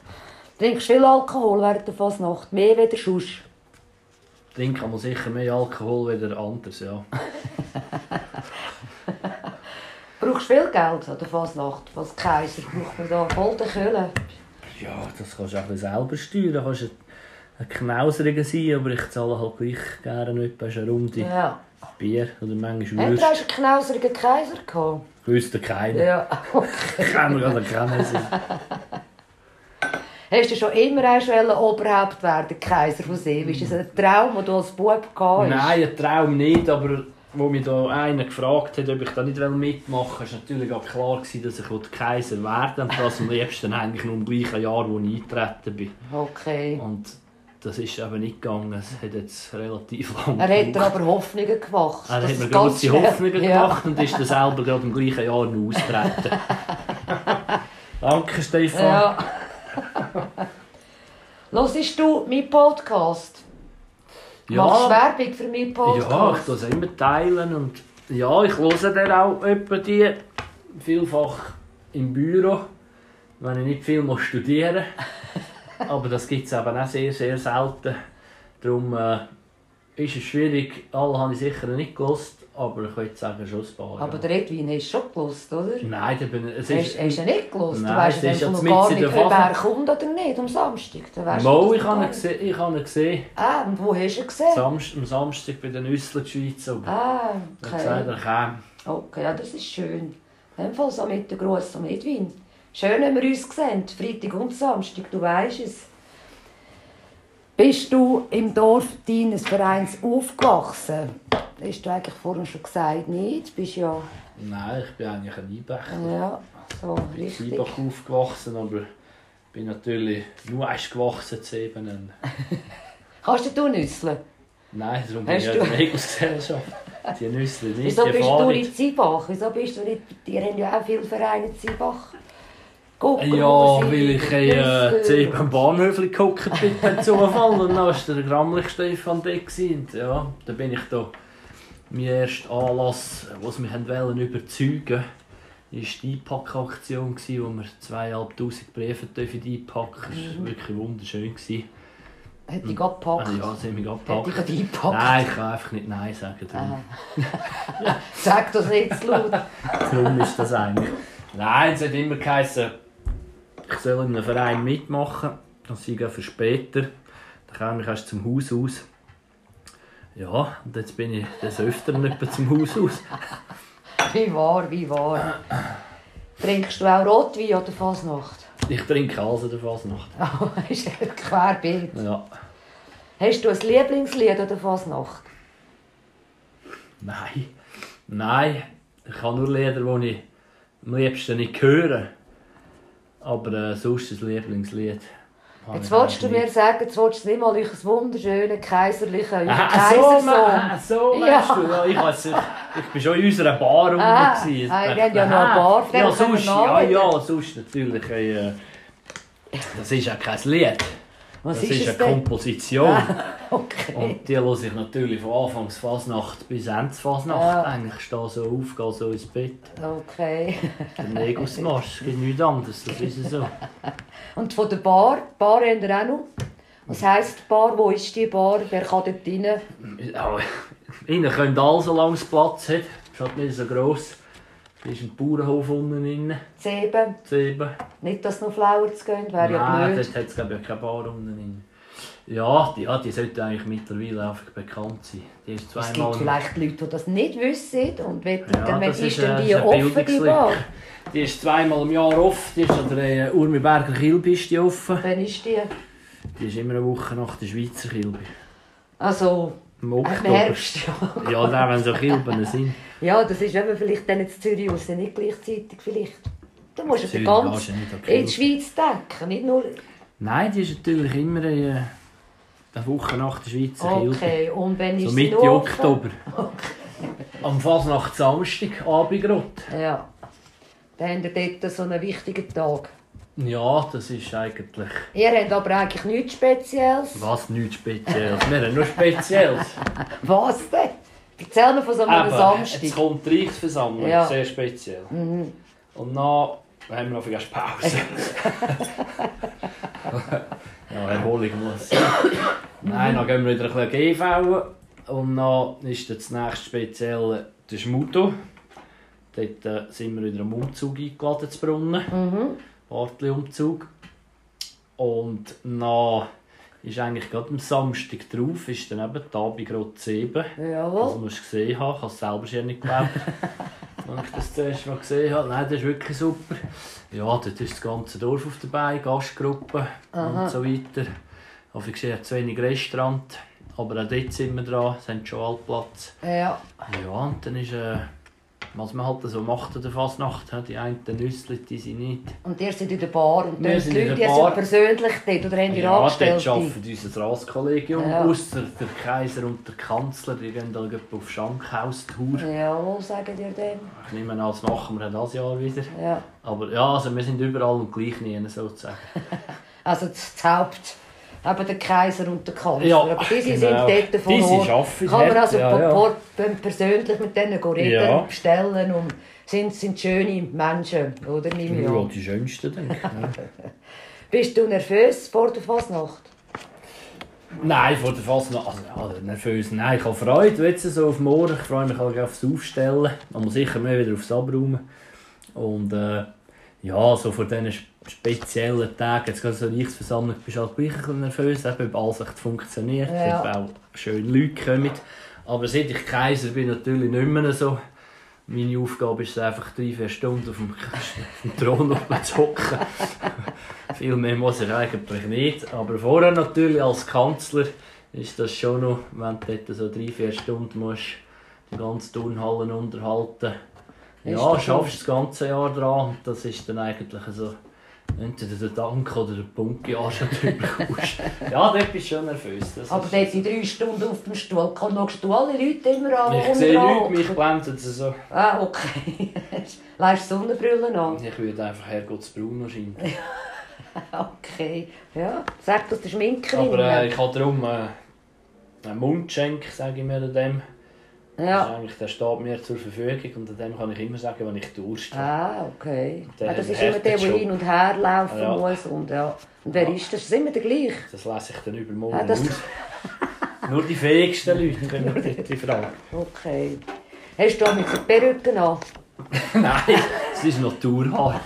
[SPEAKER 1] Trinkst du viel Alkohol während der Fasnacht? Mehr als sonst?
[SPEAKER 2] Trinken kann man sicher mehr Alkohol wieder anders, ja.
[SPEAKER 1] Brauchst du viel Geld an der Fasnacht? Als Kaiser braucht man da voll den Köhlen.
[SPEAKER 2] Ja, das kannst du auch ein bisschen selber steuern. Du kannst ein- ein Knauseriger sein, aber ich zahle halt gleich gerne etwa eine Runde
[SPEAKER 1] Ja.
[SPEAKER 2] Bier oder manchmal
[SPEAKER 1] Habt ihr auch
[SPEAKER 2] Würst.
[SPEAKER 1] schon einen knauserigen Kaiser gehabt?
[SPEAKER 2] Wüsste keiner.
[SPEAKER 1] Ja.
[SPEAKER 2] Kann man kennen sein.
[SPEAKER 1] Hast du schon immer auch schon Oberhaupt werden, Kaiser von See? Ist das ein Traum, den du als Bub gehabt hast?
[SPEAKER 2] Nein, ein Traum nicht, aber wo mich da einer gefragt hat, ob ich da nicht mitmachen will, war natürlich auch klar, gewesen, dass ich der Kaiser werde und das am liebsten eigentlich nur im gleichen Jahr, wo ich eingetreten bin.
[SPEAKER 1] Okay.
[SPEAKER 2] Und das ist eben nicht gegangen, es hat jetzt relativ lange
[SPEAKER 1] Er hat dir
[SPEAKER 2] gebraucht.
[SPEAKER 1] aber Hoffnungen gemacht.
[SPEAKER 2] er
[SPEAKER 1] dass
[SPEAKER 2] hat mir
[SPEAKER 1] es ganz
[SPEAKER 2] grosse
[SPEAKER 1] schnell-
[SPEAKER 2] Hoffnungen
[SPEAKER 1] Ja.
[SPEAKER 2] gemacht und ist dann selber gerade im gleichen Jahr noch austreten. Danke, Stefan.
[SPEAKER 1] Ja. Hörst du meinen Podcast?
[SPEAKER 2] Ja.
[SPEAKER 1] Machst du Werbung für meinen
[SPEAKER 2] Ja, ich
[SPEAKER 1] Podcast?
[SPEAKER 2] tue es immer teilen und ja, ich höre dann auch etwa die vielfach im Büro, wenn ich nicht viel muss studieren muss. Aber das gibt es eben auch sehr, sehr selten. Darum äh, ist es schwierig. Alle habe ich sicher nicht gelost, aber ich würde sagen, schon ein paar.
[SPEAKER 1] aber
[SPEAKER 2] ja.
[SPEAKER 1] der Edwin hast du schon gelost, oder?
[SPEAKER 2] Nein, da bin ich, es
[SPEAKER 1] Hast,
[SPEAKER 2] ist...
[SPEAKER 1] hast du ihn nicht gelost? Du
[SPEAKER 2] Nein,
[SPEAKER 1] weißt
[SPEAKER 2] es ist
[SPEAKER 1] ja
[SPEAKER 2] ja
[SPEAKER 1] noch
[SPEAKER 2] mitten
[SPEAKER 1] gar
[SPEAKER 2] in
[SPEAKER 1] nicht,
[SPEAKER 2] der
[SPEAKER 1] ob
[SPEAKER 2] Phase.
[SPEAKER 1] er kommt oder nicht am Samstag. Dann weisst
[SPEAKER 2] Mo,
[SPEAKER 1] du
[SPEAKER 2] ich
[SPEAKER 1] das gar
[SPEAKER 2] habe ihn
[SPEAKER 1] nicht.
[SPEAKER 2] gesehen, ich habe ihn gesehen.
[SPEAKER 1] Ah, und wo hast du ihn gesehen?
[SPEAKER 2] Samst, am Samstag bei den Nüsslern Schweiz. Aber
[SPEAKER 1] Ah,
[SPEAKER 2] er hat gesagt,
[SPEAKER 1] okay.
[SPEAKER 2] er käme.
[SPEAKER 1] Okay, ja, das ist schön. In dem Fall so mit der Gross und Edwin. Schön, wenn wir uns sehen, Freitag und Samstag, du weißt es. Bist du im Dorf deines Vereins aufgewachsen? Hast du eigentlich vorhin schon gesagt, nicht? Bist ja,
[SPEAKER 2] Nein, ich bin eigentlich ein Einbecher.
[SPEAKER 1] ja, so
[SPEAKER 2] Ich
[SPEAKER 1] richtig.
[SPEAKER 2] bin doch aufgewachsen, aber bin natürlich nur erst gewachsen zu Ebenen.
[SPEAKER 1] Kannst du du nüsseln?
[SPEAKER 2] Nein, darum bin
[SPEAKER 1] Hast
[SPEAKER 2] ich ja
[SPEAKER 1] du-
[SPEAKER 2] in der Regelsgesellschaft. Die Nüsse nicht,
[SPEAKER 1] Wieso
[SPEAKER 2] die
[SPEAKER 1] bist du
[SPEAKER 2] fahren.
[SPEAKER 1] in Zibach? Wieso bist du nicht... Ihr habt ja auch viele Vereine in Zibach. Guck,
[SPEAKER 2] Ja, weil ich äh, zu am Bahnhof geguckt bin per Zufall und dann war der Grammlich Stefan da. gewesen. Und Ja, dann bin ich da. Mein erster Anlass, was mich haben wollen überzeugen ist die Einpackaktion, gewesen, wo wir 2500 Briefe dürfen einpacken Das
[SPEAKER 1] Mhm.
[SPEAKER 2] war wirklich wunderschön. gewesen.
[SPEAKER 1] Hat dich abgepackt?
[SPEAKER 2] Also, Ah, ja, sie haben mich
[SPEAKER 1] Hat dich
[SPEAKER 2] abgepackt.
[SPEAKER 1] gerade eingepackt?
[SPEAKER 2] Nein, ich kann einfach nicht Nein sagen. Darum,
[SPEAKER 1] Aha. Sag das nicht zu laut.
[SPEAKER 2] darum ist das eigentlich. Nein, es hat immer geheißen, ich soll in einem Verein mitmachen. Das sei auch für später. Dann kam ich erst zum Haus aus. Ja, und jetzt bin ich des Öfteren etwa zum Haus aus.
[SPEAKER 1] Wie wahr, wie wahr. Trinkst du auch Rotwein oder Fasnacht?
[SPEAKER 2] Ich trinke also der Fasnacht.
[SPEAKER 1] Oh, ist ja querbeet.
[SPEAKER 2] Ja,
[SPEAKER 1] Hast du ein Lieblingslied oder Fasnacht?
[SPEAKER 2] nein. Nein, ich habe nur Lieder, die ich am liebsten nicht höre. Aber äh, sonst ein Lieblingslied. habe
[SPEAKER 1] Jetzt
[SPEAKER 2] ich
[SPEAKER 1] wolltest du
[SPEAKER 2] eigentlich
[SPEAKER 1] mir sagen, jetzt wolltest du nicht mal euch ein wunderschönen kaiserlichen euren
[SPEAKER 2] Ah, so,
[SPEAKER 1] Kaisersong.
[SPEAKER 2] ma- so
[SPEAKER 1] Ja.
[SPEAKER 2] meinst du? Ja, ich, weiß, ich, ich bin schon in unserer Bar rum.
[SPEAKER 1] Ah,
[SPEAKER 2] gewesen.
[SPEAKER 1] ah,
[SPEAKER 2] Ich
[SPEAKER 1] wir haben ja
[SPEAKER 2] dachte,
[SPEAKER 1] noch eine Bar,
[SPEAKER 2] Ja,
[SPEAKER 1] vielleicht können wir
[SPEAKER 2] sonst, ja,
[SPEAKER 1] nachreden.
[SPEAKER 2] ja, sonst natürlich. Äh, das ist ja kein Lied.
[SPEAKER 1] Was
[SPEAKER 2] Das
[SPEAKER 1] ist,
[SPEAKER 2] ist
[SPEAKER 1] es
[SPEAKER 2] eine
[SPEAKER 1] denn? Ah.
[SPEAKER 2] Komposition.
[SPEAKER 1] Okay.
[SPEAKER 2] Und die höre ich natürlich von Anfangs Fasnacht bis Ende Fasnacht.
[SPEAKER 1] Ja.
[SPEAKER 2] Eigentlich stehe so auf, gehe so ins Bett.
[SPEAKER 1] okay.
[SPEAKER 2] Der Negusmarsch, es gibt nichts anderes, das ist ja so.
[SPEAKER 1] Und von der Bar, die Bar haben wir auch noch. Was heisst die Bar? Wo ist die Bar? Wer kann dort rein?
[SPEAKER 2] Ja, innen könnt alle, solange es Platz hat. Ist halt nicht so gross. Da ist ein Bauernhof unten innen,
[SPEAKER 1] Zeben.
[SPEAKER 2] sieben.
[SPEAKER 1] Nicht, dass noch Flowers gehen, wäre ja
[SPEAKER 2] Nein,
[SPEAKER 1] blöd.
[SPEAKER 2] dort hat es glaube ich keine Bar unten drin. Ja, die, ja, die sollte eigentlich mittlerweile einfach bekannt sein. Die ist
[SPEAKER 1] Es gibt
[SPEAKER 2] zweimal...
[SPEAKER 1] vielleicht Leute, die das nicht wissen und wettet,
[SPEAKER 2] Ja,
[SPEAKER 1] dann ist,
[SPEAKER 2] das
[SPEAKER 1] ist
[SPEAKER 2] ist,
[SPEAKER 1] denn
[SPEAKER 2] äh,
[SPEAKER 1] die
[SPEAKER 2] das ist ein
[SPEAKER 1] offen, die Bar?
[SPEAKER 2] Die ist zweimal im Jahr offen. Die ist an der äh, Urmiberger Kilbe ist die offen.
[SPEAKER 1] Wann ist die?
[SPEAKER 2] Die ist immer eine Woche nach der Schweizer Kilbe.
[SPEAKER 1] Also,
[SPEAKER 2] Im
[SPEAKER 1] im
[SPEAKER 2] Oktober.
[SPEAKER 1] Herbst. ja.
[SPEAKER 2] Ja, dann, wenn so Kilben sind.
[SPEAKER 1] Ja, das ist eben vielleicht dann jetzt Zürich raus, nicht gleichzeitig vielleicht. Da musst du
[SPEAKER 2] Zürich
[SPEAKER 1] ganz
[SPEAKER 2] gehst du nicht an die
[SPEAKER 1] in
[SPEAKER 2] Kilbe.
[SPEAKER 1] die Schweiz denken, nicht nur...
[SPEAKER 2] Nein, die ist natürlich immer äh, eine Woche nach der Schweizer Kilbe.
[SPEAKER 1] Okay, und wenn ist
[SPEAKER 2] So
[SPEAKER 1] sie
[SPEAKER 2] Mitte
[SPEAKER 1] nur offen?
[SPEAKER 2] Oktober. Am Fasnacht Samstag, Abendgrott.
[SPEAKER 1] Ja. Dann habt ihr dort so einen wichtigen Tag.
[SPEAKER 2] Ja, das ist eigentlich
[SPEAKER 1] Ihr habt aber eigentlich nichts Spezielles.
[SPEAKER 2] was nichts Spezielles. Wir haben nur Spezielles.
[SPEAKER 1] Was denn? Erzähl mir von so einem
[SPEAKER 2] Aber jetzt
[SPEAKER 1] Samstag. Mhm.
[SPEAKER 2] kommt die Reichsversammlung,
[SPEAKER 1] Ja.
[SPEAKER 2] sehr speziell. Und dann haben wir noch vielleicht Pause. ja, Erholung muss sein. Nein, dann gehen wir wieder ein bisschen GV. Und dann ist dann das nächste Spezielle der Schmuto. Dort äh, sind wir wieder am Umzug eingeladen zu Brunnen.
[SPEAKER 1] Mhm.
[SPEAKER 2] Bartli-Umzug. Und dann ist eigentlich gerade am Samstag drauf, ist dann eben die Abendgrot 7. Das
[SPEAKER 1] Jawohl.
[SPEAKER 2] musst du gesehen haben, ich habe es selber schon nicht geglaubt. Als ich das zuerst mal gesehen habe, nein, das ist wirklich super. Ja, dort ist das ganze Dorf auf dabei, Gastgruppen
[SPEAKER 1] Aha.
[SPEAKER 2] und so weiter. Habe ich gesehen, zu wenig Restaurant, aber auch dort sind wir dran, es haben schon alle Platz.
[SPEAKER 1] Ja.
[SPEAKER 2] Ja, und dann ist, äh, was man halt so macht an der Fasnacht, hä, die einen Nüssli, die sind nicht.
[SPEAKER 1] Und ihr seid in der Bar und
[SPEAKER 2] Wir
[SPEAKER 1] dort
[SPEAKER 2] sind
[SPEAKER 1] die
[SPEAKER 2] in
[SPEAKER 1] Leute,
[SPEAKER 2] der
[SPEAKER 1] ihr seid
[SPEAKER 2] Bar.
[SPEAKER 1] persönlich dort oder habt ihr
[SPEAKER 2] Ja, dort
[SPEAKER 1] Angestellte?
[SPEAKER 2] arbeitet unser Ratskollegium,
[SPEAKER 1] Ja.
[SPEAKER 2] ausser der Kaiser und der Kanzler, die gehen da etwa auf Schankhaus-Tour.
[SPEAKER 1] Jawohl, sagt ihr dem.
[SPEAKER 2] Ich nehme an, das machen wir das Jahr wieder.
[SPEAKER 1] Ja.
[SPEAKER 2] Aber ja, also wir sind überall und gleich nie, sozusagen.
[SPEAKER 1] Also das das Haupt. Eben der Kaiser und der Kanzler.
[SPEAKER 2] Ja,
[SPEAKER 1] aber diese
[SPEAKER 2] genau.
[SPEAKER 1] sind dort von
[SPEAKER 2] Diese
[SPEAKER 1] Ort.
[SPEAKER 2] arbeiten
[SPEAKER 1] Kann man
[SPEAKER 2] hart,
[SPEAKER 1] also
[SPEAKER 2] ja,
[SPEAKER 1] per-
[SPEAKER 2] ja.
[SPEAKER 1] per- persönlich mit denen go reden
[SPEAKER 2] Ja.
[SPEAKER 1] und bestellen. Und sind, sind schöne Menschen, oder? Nehme ich an.
[SPEAKER 2] die schönsten, denke ich. ja.
[SPEAKER 1] Bist du nervös vor der Fasnacht?
[SPEAKER 2] Nein, vor der Fasnacht. Also, ja, nervös. Nein, ich habe Freude jetzt so auf morgen. Ich freue mich halt aufs Aufstellen. Aber sicher mehr wieder aufs Abräumen. Und äh, ja, so vor diesen sp- speziellen Tagen, jetzt gerade so Reichsversammlung, bist du halt gleich ein bisschen nervös, eben, ob alles echt funktioniert,
[SPEAKER 1] Ja.
[SPEAKER 2] ob auch schöne Leute kommen. Aber seit ich Kaiser bin, natürlich nicht mehr so. Meine Aufgabe ist es einfach drei, vier Stunden auf dem, auf dem Thron oben zu hocken. Viel mehr muss er eigentlich nicht. Aber vorher natürlich als Kanzler ist das schon noch, wenn du dort so drei, vier Stunden musst, die ganze Turnhallen unterhalten.
[SPEAKER 1] Ist
[SPEAKER 2] Ja,
[SPEAKER 1] das so?
[SPEAKER 2] schaffst das ganze Jahr dran. Das ist dann eigentlich so entweder den Dank oder den Punkt ja schon drüber kommst. ja, dort bist du schon nervös. Das
[SPEAKER 1] Aber
[SPEAKER 2] ist-
[SPEAKER 1] dort sind drei Stunden auf dem Stuhl. Schaust du alle Leute immer an? die
[SPEAKER 2] Ich sehe
[SPEAKER 1] unten
[SPEAKER 2] nichts, mich
[SPEAKER 1] hocken?
[SPEAKER 2] blendet es so.
[SPEAKER 1] Ah, okay. Leihst du Sonnenbrille an?
[SPEAKER 2] Ich würde einfach Herrgotts Braun erscheinen.
[SPEAKER 1] Okay. Ja, sagt das der Schminkerin.
[SPEAKER 2] Aber äh, ich habe darum äh, einen Mundschenk, sage ich mir an dem. Das ist
[SPEAKER 1] ja.
[SPEAKER 2] eigentlich, der steht mir zur Verfügung und an dem kann ich immer sagen, wenn ich Durst habe.
[SPEAKER 1] Ah, okay.
[SPEAKER 2] Der
[SPEAKER 1] ah, das ist
[SPEAKER 2] hat
[SPEAKER 1] immer der, der
[SPEAKER 2] schon.
[SPEAKER 1] hin und her laufen
[SPEAKER 2] Ja.
[SPEAKER 1] muss. Und, ja. und wer
[SPEAKER 2] Ja.
[SPEAKER 1] ist das? Das ist immer der gleiche.
[SPEAKER 2] Das lese ich dann übermorgen
[SPEAKER 1] Ah, das-
[SPEAKER 2] aus. Nur die fähigsten Leute können die, die Frage.
[SPEAKER 1] Okay. Hast du auch mit der Perücke an?
[SPEAKER 2] Nein, es ist Naturhaar.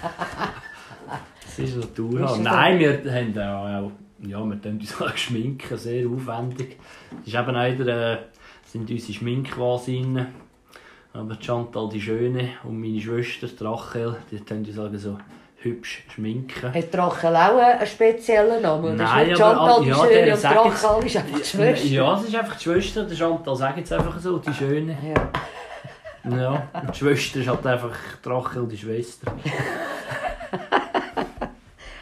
[SPEAKER 2] Es ist Naturhaar.
[SPEAKER 1] Ist es
[SPEAKER 2] Nein, wir haben ja auch, eh, ja, wir tun uns auch schminken, sehr aufwendig. Es ist eben leider, äh, sind unsere Schminkvasinnen. Aber die Chantal, die Schöne, und meine Schwester, die Rachel, die tun uns alle so hübsch schminken.
[SPEAKER 1] Hat Rachel auch einen speziellen Namen? Das ist
[SPEAKER 2] Nein,
[SPEAKER 1] nicht
[SPEAKER 2] aber-
[SPEAKER 1] Chantal, die
[SPEAKER 2] ja,
[SPEAKER 1] Schöne
[SPEAKER 2] der
[SPEAKER 1] und
[SPEAKER 2] sagt jetzt-
[SPEAKER 1] Rachel ist einfach die Schwester.
[SPEAKER 2] Ja, es ist einfach die Schwester. Die Chantal sagt jetzt einfach so, die Schöne.
[SPEAKER 1] Ja.
[SPEAKER 2] Ja, und die Schwester ist halt einfach die Rachel, die Schwester.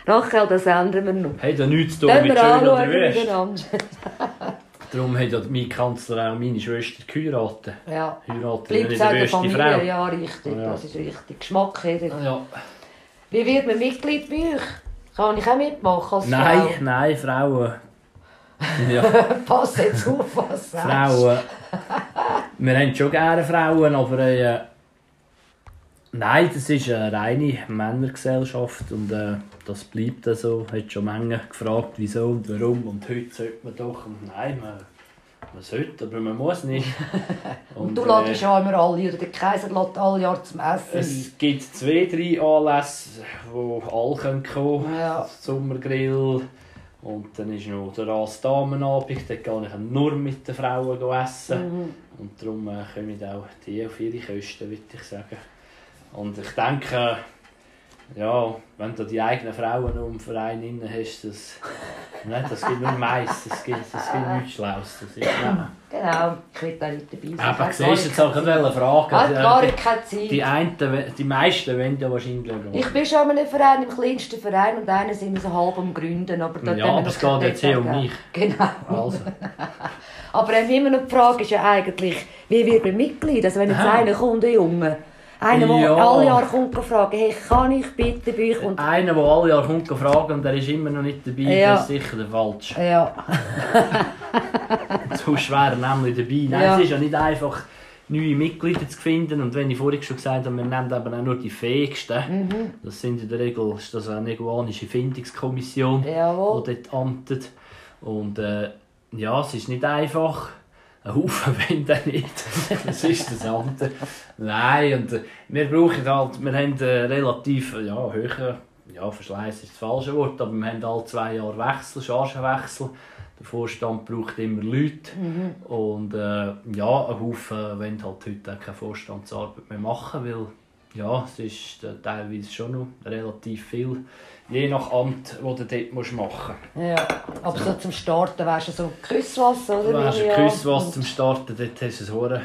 [SPEAKER 1] Rachel, das ändern wir noch.
[SPEAKER 2] Hat ja nichts zu tun
[SPEAKER 1] Dann
[SPEAKER 2] mit
[SPEAKER 1] wir
[SPEAKER 2] Schön oder
[SPEAKER 1] anschauen
[SPEAKER 2] Wüst.
[SPEAKER 1] miteinander.
[SPEAKER 2] Darum hat ja mein Kanzler auch meine Schwester geheiratet.
[SPEAKER 1] Ja.
[SPEAKER 2] Heiratet ja
[SPEAKER 1] Bleibt
[SPEAKER 2] nicht
[SPEAKER 1] es auch
[SPEAKER 2] eine
[SPEAKER 1] der
[SPEAKER 2] wüste
[SPEAKER 1] Familie.
[SPEAKER 2] Frau.
[SPEAKER 1] Ja, richtig.
[SPEAKER 2] Ja.
[SPEAKER 1] Das ist richtig. Geschmack jeder.
[SPEAKER 2] Ja.
[SPEAKER 1] Wie wird man Mitglied bei euch? Kann ich auch mitmachen als
[SPEAKER 2] Nein, nein, Frauen. Ja,
[SPEAKER 1] Frau? Pass jetzt auf, was sagst.
[SPEAKER 2] Frauen. Wir haben schon gerne Frauen, aber äh, nein, das ist eine reine Männergesellschaft und äh, das bleibt dann so. Hat schon Menge gefragt, wieso und warum und heute sollte man doch und nein, man, man sollte, aber man muss nicht.
[SPEAKER 1] Und du
[SPEAKER 2] äh,
[SPEAKER 1] ladest ja immer alle, oder der Kaiser lädt alle Jahre zum Essen ein.
[SPEAKER 2] Es gibt zwei, drei Anlässe, wo alle kommen können.
[SPEAKER 1] Ja.
[SPEAKER 2] Das Sommergrill. Und dann ist noch der Rass-Damenabend. Dort kann ich nur mit den Frauen go essen.
[SPEAKER 1] Mhm.
[SPEAKER 2] Und darum äh, kommen auch die auf ihre Kosten, würde ich sagen. Und ich denke, ja, wenn du die eigenen Frauen noch im Verein inne hast, das, ne, das gibt nur Mais. Das gibt, das gibt nichts Schlaues. Das ist, ne.
[SPEAKER 1] Genau, ich will da nicht dabei sein.
[SPEAKER 2] Aber
[SPEAKER 1] Hat
[SPEAKER 2] siehst du, jetzt habe ich gerade
[SPEAKER 1] gar- Hat
[SPEAKER 2] fragen.
[SPEAKER 1] Ah, gar
[SPEAKER 2] Äh,
[SPEAKER 1] keine Zeit.
[SPEAKER 2] Die, einen, die meisten wollen ja wahrscheinlich auch.
[SPEAKER 1] Ich bin schon in einem Verein, im kleinsten Verein, und einen sind wir so halb am Gründen. Aber dort
[SPEAKER 2] Ja,
[SPEAKER 1] haben wir
[SPEAKER 2] aber
[SPEAKER 1] noch
[SPEAKER 2] es
[SPEAKER 1] keine
[SPEAKER 2] geht jetzt eh um
[SPEAKER 1] Details.
[SPEAKER 2] mich.
[SPEAKER 1] Genau.
[SPEAKER 2] Also.
[SPEAKER 1] Aber ähm, immer noch die Frage ist ja eigentlich, wie wird man Mitglied? Also wenn jetzt
[SPEAKER 2] Ah.
[SPEAKER 1] einer kommt, ein Junge, einer, der
[SPEAKER 2] Ja.
[SPEAKER 1] alle Jahre kommt und fragt, hey, kann ich bitte bei euch? Und,
[SPEAKER 2] Einer, der alle Jahre kommt fragen und der ist immer noch nicht dabei,
[SPEAKER 1] Ja.
[SPEAKER 2] das ist sicher der Falsche.
[SPEAKER 1] ja,
[SPEAKER 2] So schwer nämlich dabei. Nein,
[SPEAKER 1] Ja.
[SPEAKER 2] Es ist ja nicht einfach, neue Mitglieder zu finden. Und wenn ich vorhin schon gesagt habe, wir nehmen eben auch nur die fähigsten.
[SPEAKER 1] Mhm.
[SPEAKER 2] Das sind in der Regel ist das eine iguanische Findungskommission,
[SPEAKER 1] jawohl.
[SPEAKER 2] die dort amtet. Und äh, ja, es ist nicht einfach. Ein Haufen wenn dann nicht. Das ist das andere. Nein, und äh, wir brauchen halt, wir haben äh, relativ äh, ja, hohe, ja, Verschleiß ist das falsche Wort, aber wir haben alle zwei Jahre Wechsel, Chargenwechsel. Der Vorstand braucht immer Leute.
[SPEAKER 1] Mhm.
[SPEAKER 2] Und äh, ja, ein Haufen wollen halt heute auch keine Vorstandsarbeit mehr machen, weil ja, es ist äh, teilweise schon noch relativ viel, je nach Amt, das du dort musst machen
[SPEAKER 1] Ja. Aber so zum Starten wärst du so Küsswasser, oder?
[SPEAKER 2] musst. Du hast
[SPEAKER 1] Mimi?
[SPEAKER 2] ein Küss, was zum Starten, dort hast du es Horen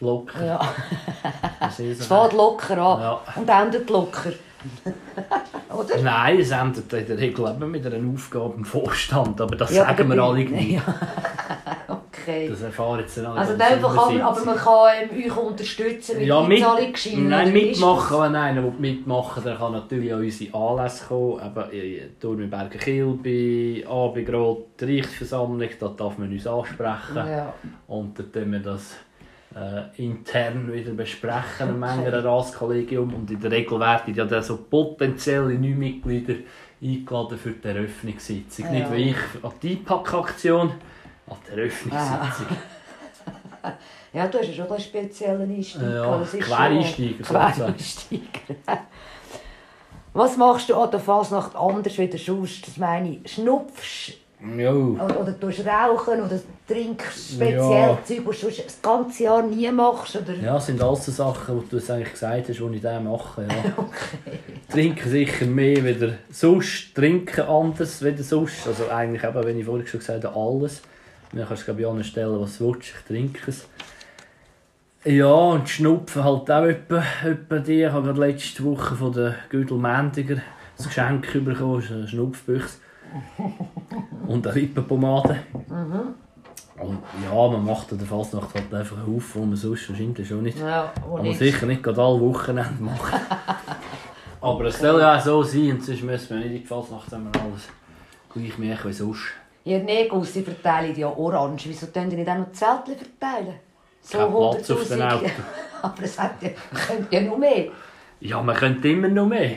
[SPEAKER 2] locker.
[SPEAKER 1] Ja,
[SPEAKER 2] Das ist
[SPEAKER 1] es
[SPEAKER 2] so.
[SPEAKER 1] fängt locker an
[SPEAKER 2] Ja.
[SPEAKER 1] und endet locker. oder?
[SPEAKER 2] Nein, es endet in der Regel eben mit einer Aufgabe im Vorstand, aber das
[SPEAKER 1] Ja,
[SPEAKER 2] sagen wir
[SPEAKER 1] aber-
[SPEAKER 2] alle nicht.
[SPEAKER 1] Okay.
[SPEAKER 2] Das erfahren jetzt alle.
[SPEAKER 1] also in
[SPEAKER 2] an
[SPEAKER 1] dem Fall kann man,
[SPEAKER 2] Sommersitzung.
[SPEAKER 1] aber man kann ähm, euch unterstützen mit
[SPEAKER 2] ja, mit,
[SPEAKER 1] Einzahlungsscheinen.
[SPEAKER 2] nein,
[SPEAKER 1] oder wie ist das?
[SPEAKER 2] mitmachen, wenn einer will mitmachen der kann natürlich an unsere Anlässe kommen. Eben in Turmenberger Kilby, Abigrot, die Reichsversammlung, da darf man uns ansprechen.
[SPEAKER 1] Ja.
[SPEAKER 2] Und dann tun wir das äh, intern wieder besprechen im
[SPEAKER 1] Okay.
[SPEAKER 2] engeren Ratskollegium. Und in der Regel werden ja dann so potenzielle neue Mitglieder eingeladen für die Eröffnungssitzung.
[SPEAKER 1] Ja.
[SPEAKER 2] Nicht wie ich an die Einpackaktion, an die Eröffnungssitzung.
[SPEAKER 1] Ah. Ja, du hast ja schon einen speziellen Einstieg.
[SPEAKER 2] Äh, Ja,
[SPEAKER 1] gehabt, das ist
[SPEAKER 2] Quereinsteiger
[SPEAKER 1] schon-
[SPEAKER 2] sozusagen.
[SPEAKER 1] Quereinsteiger. Was machst du an der Fasnacht anders wie der sonst? Das meine ich, schnupfst
[SPEAKER 2] Jo.
[SPEAKER 1] oder, oder tust rauchen oder trinkst speziell
[SPEAKER 2] Ja.
[SPEAKER 1] Zeug, was du sonst das ganze Jahr nie machst? Oder?
[SPEAKER 2] Ja, das sind alles so Sachen, die du jetzt eigentlich gesagt hast, die ich dann mache. Ja. Trinken sicher mehr wieder sonst, trinken anders wieder sonst. Also eigentlich eben, wenn ich vorhin schon gesagt habe, alles. Dann kannst du glaube ich anstellen, was du willst, ich trinke es. Ja, und Schnupfen halt auch etwa, etwa die. Ich habe gerade letzte Woche von den Güdel Mendiger ein Geschenk bekommen, eine Schnupfbüchse und eine Lippenpomade. Und ja, man macht an der Fasnacht halt einfach einen Haufen, den man sonst wahrscheinlich schon nicht...
[SPEAKER 3] Ja, wo
[SPEAKER 2] Aber
[SPEAKER 3] nicht.
[SPEAKER 2] sicher nicht gerade alle Wochenende machen. Aber es soll ja auch so sein, und sonst müssen wir nicht in die Fasnacht wenn wir alles gleich machen wie sonst.
[SPEAKER 1] Ihr Negus, die verteilen ja Orangen. Wieso tun die nicht auch noch Zeltchen verteilen? So
[SPEAKER 2] Kein Platz auf
[SPEAKER 1] 100'000.
[SPEAKER 2] den Auto.
[SPEAKER 1] Aber es hat ja, könnte ja noch mehr.
[SPEAKER 2] Ja, man könnte immer noch mehr.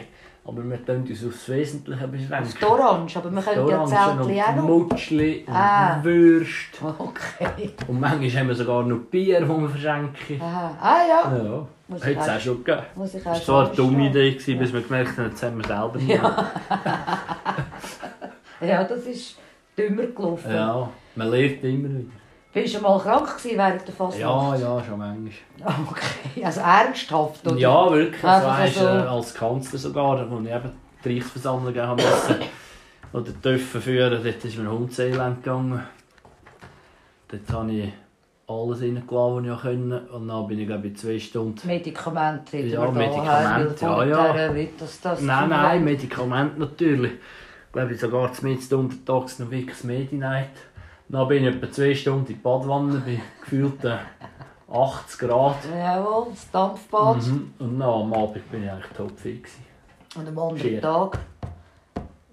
[SPEAKER 2] Aber wir tun uns aufs Wesentliche beschränken.
[SPEAKER 1] Die Orange, aber man könnte ja Zeltchen auch noch.
[SPEAKER 2] Mutschli und
[SPEAKER 1] Ah.
[SPEAKER 2] Würst.
[SPEAKER 1] Okay.
[SPEAKER 2] Und manchmal haben wir sogar noch Bier, das wir verschenken.
[SPEAKER 1] Aha. Ah ja.
[SPEAKER 2] Ja,
[SPEAKER 1] Muss
[SPEAKER 2] hätte
[SPEAKER 1] ich
[SPEAKER 2] es
[SPEAKER 1] auch-
[SPEAKER 2] auch schon gegeben.
[SPEAKER 1] Muss ich auch
[SPEAKER 2] Das war zwar eine
[SPEAKER 1] schon
[SPEAKER 2] dumme
[SPEAKER 1] verstehen.
[SPEAKER 2] Idee, dus gewesen, bis wir gemerkt haben, jetzt haben wir selber nicht. Ja.
[SPEAKER 1] Ja, das ist dümmer gelaufen.
[SPEAKER 2] ja, man lernt immer wieder.
[SPEAKER 1] Bist du mal krank gewesen während der
[SPEAKER 2] Ja,
[SPEAKER 1] Fasnacht?
[SPEAKER 2] ja, schon manchmal.
[SPEAKER 1] Oh, Okay. Also ernsthaft, oder?
[SPEAKER 2] Ja, wirklich. Das
[SPEAKER 1] Einfach
[SPEAKER 2] weisst,
[SPEAKER 1] so.
[SPEAKER 2] äh, als Kanzler sogar, wo ich eben die Reichsversammlung haben musste. Oder dürfen führen, dort ist mir ein Hund zu Elend gegangen. Dort habe ich alles reingelassen, was ich auch konnte. Und dann bin ich glaube ich zwei Stunden...
[SPEAKER 1] Medikamente reden
[SPEAKER 2] Ja,
[SPEAKER 1] wir da,
[SPEAKER 2] Medikamente,
[SPEAKER 1] Herr, weil
[SPEAKER 2] ja, ja.
[SPEAKER 1] vorher wird Das, das
[SPEAKER 2] Nein, nein, Medikamente natürlich. Ich glaube, ich sogar mitten untertags noch wirklich Medi-Night. Dann bin ich etwa zwei Stunden in die Badwanne, bei gefühlten 80 Grad.
[SPEAKER 1] Jawohl, das Dampfbad.
[SPEAKER 2] Mhm. Und dann am Abend bin ich eigentlich topfit gewesen.
[SPEAKER 1] Und am anderen
[SPEAKER 2] Vier.
[SPEAKER 1] Tag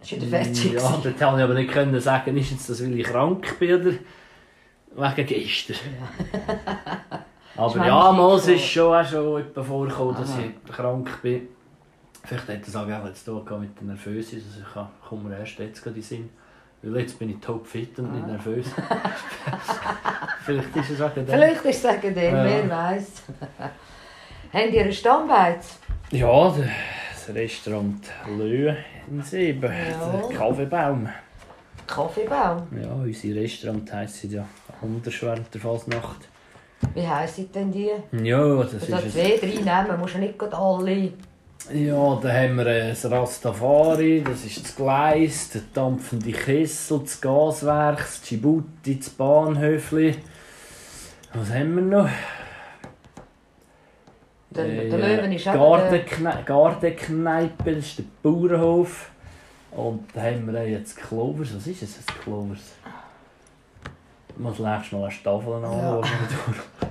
[SPEAKER 1] ist wieder fertig.
[SPEAKER 2] Ja,
[SPEAKER 1] gewesen.
[SPEAKER 2] dort konnte ich aber nicht können sagen, ist jetzt das, weil ich krank bin oder wegen gestern.
[SPEAKER 1] Ist
[SPEAKER 2] aber
[SPEAKER 1] manchmal
[SPEAKER 2] ja, mal, es
[SPEAKER 1] so.
[SPEAKER 2] ist schon auch schon etwa vorgekommen, dass
[SPEAKER 1] Aha.
[SPEAKER 2] ich krank bin. Vielleicht hat das auch etwas zu tun gehabt mit der Nervöse, also ich kann- komme mir erst jetzt gerade in den Sinn. Weil jetzt bin ich topfit und
[SPEAKER 1] Ah.
[SPEAKER 2] nicht nervös. Vielleicht ist es auch der.
[SPEAKER 1] Vielleicht ist es wegen dem,
[SPEAKER 2] Ja.
[SPEAKER 1] wer weiß. Habt ihr einen Stammbeiz?
[SPEAKER 2] Ja, der- das Restaurant Löhe in Sieben,
[SPEAKER 1] Ja.
[SPEAKER 2] der Kaffeebaum.
[SPEAKER 1] Kaffeebaum?
[SPEAKER 2] Ja, unser Restaurant heisst ja anders während der Fasnacht.
[SPEAKER 1] Wie heissen denn die?
[SPEAKER 2] Ja, das
[SPEAKER 1] Du
[SPEAKER 2] ist
[SPEAKER 1] sollst
[SPEAKER 2] es.
[SPEAKER 1] zwei, drei nehmen, musst du nicht gerade alle.
[SPEAKER 2] Ja, da haben wir äh, das Rastafari, das ist das Gleis, der dampfende Kessel, das Gaswerk, das Djibouti, das Bahnhöfli. Was haben wir noch?
[SPEAKER 1] Der,
[SPEAKER 2] Äh,
[SPEAKER 1] der Löwen ist auch. der-
[SPEAKER 2] Gardenkne Gardenkneipe, das ist der Bauernhof. Und da haben wir äh, jetzt Klovers. Was ist es, das Klovers? Ich muss nächstes Mal eine Staffel anschauen.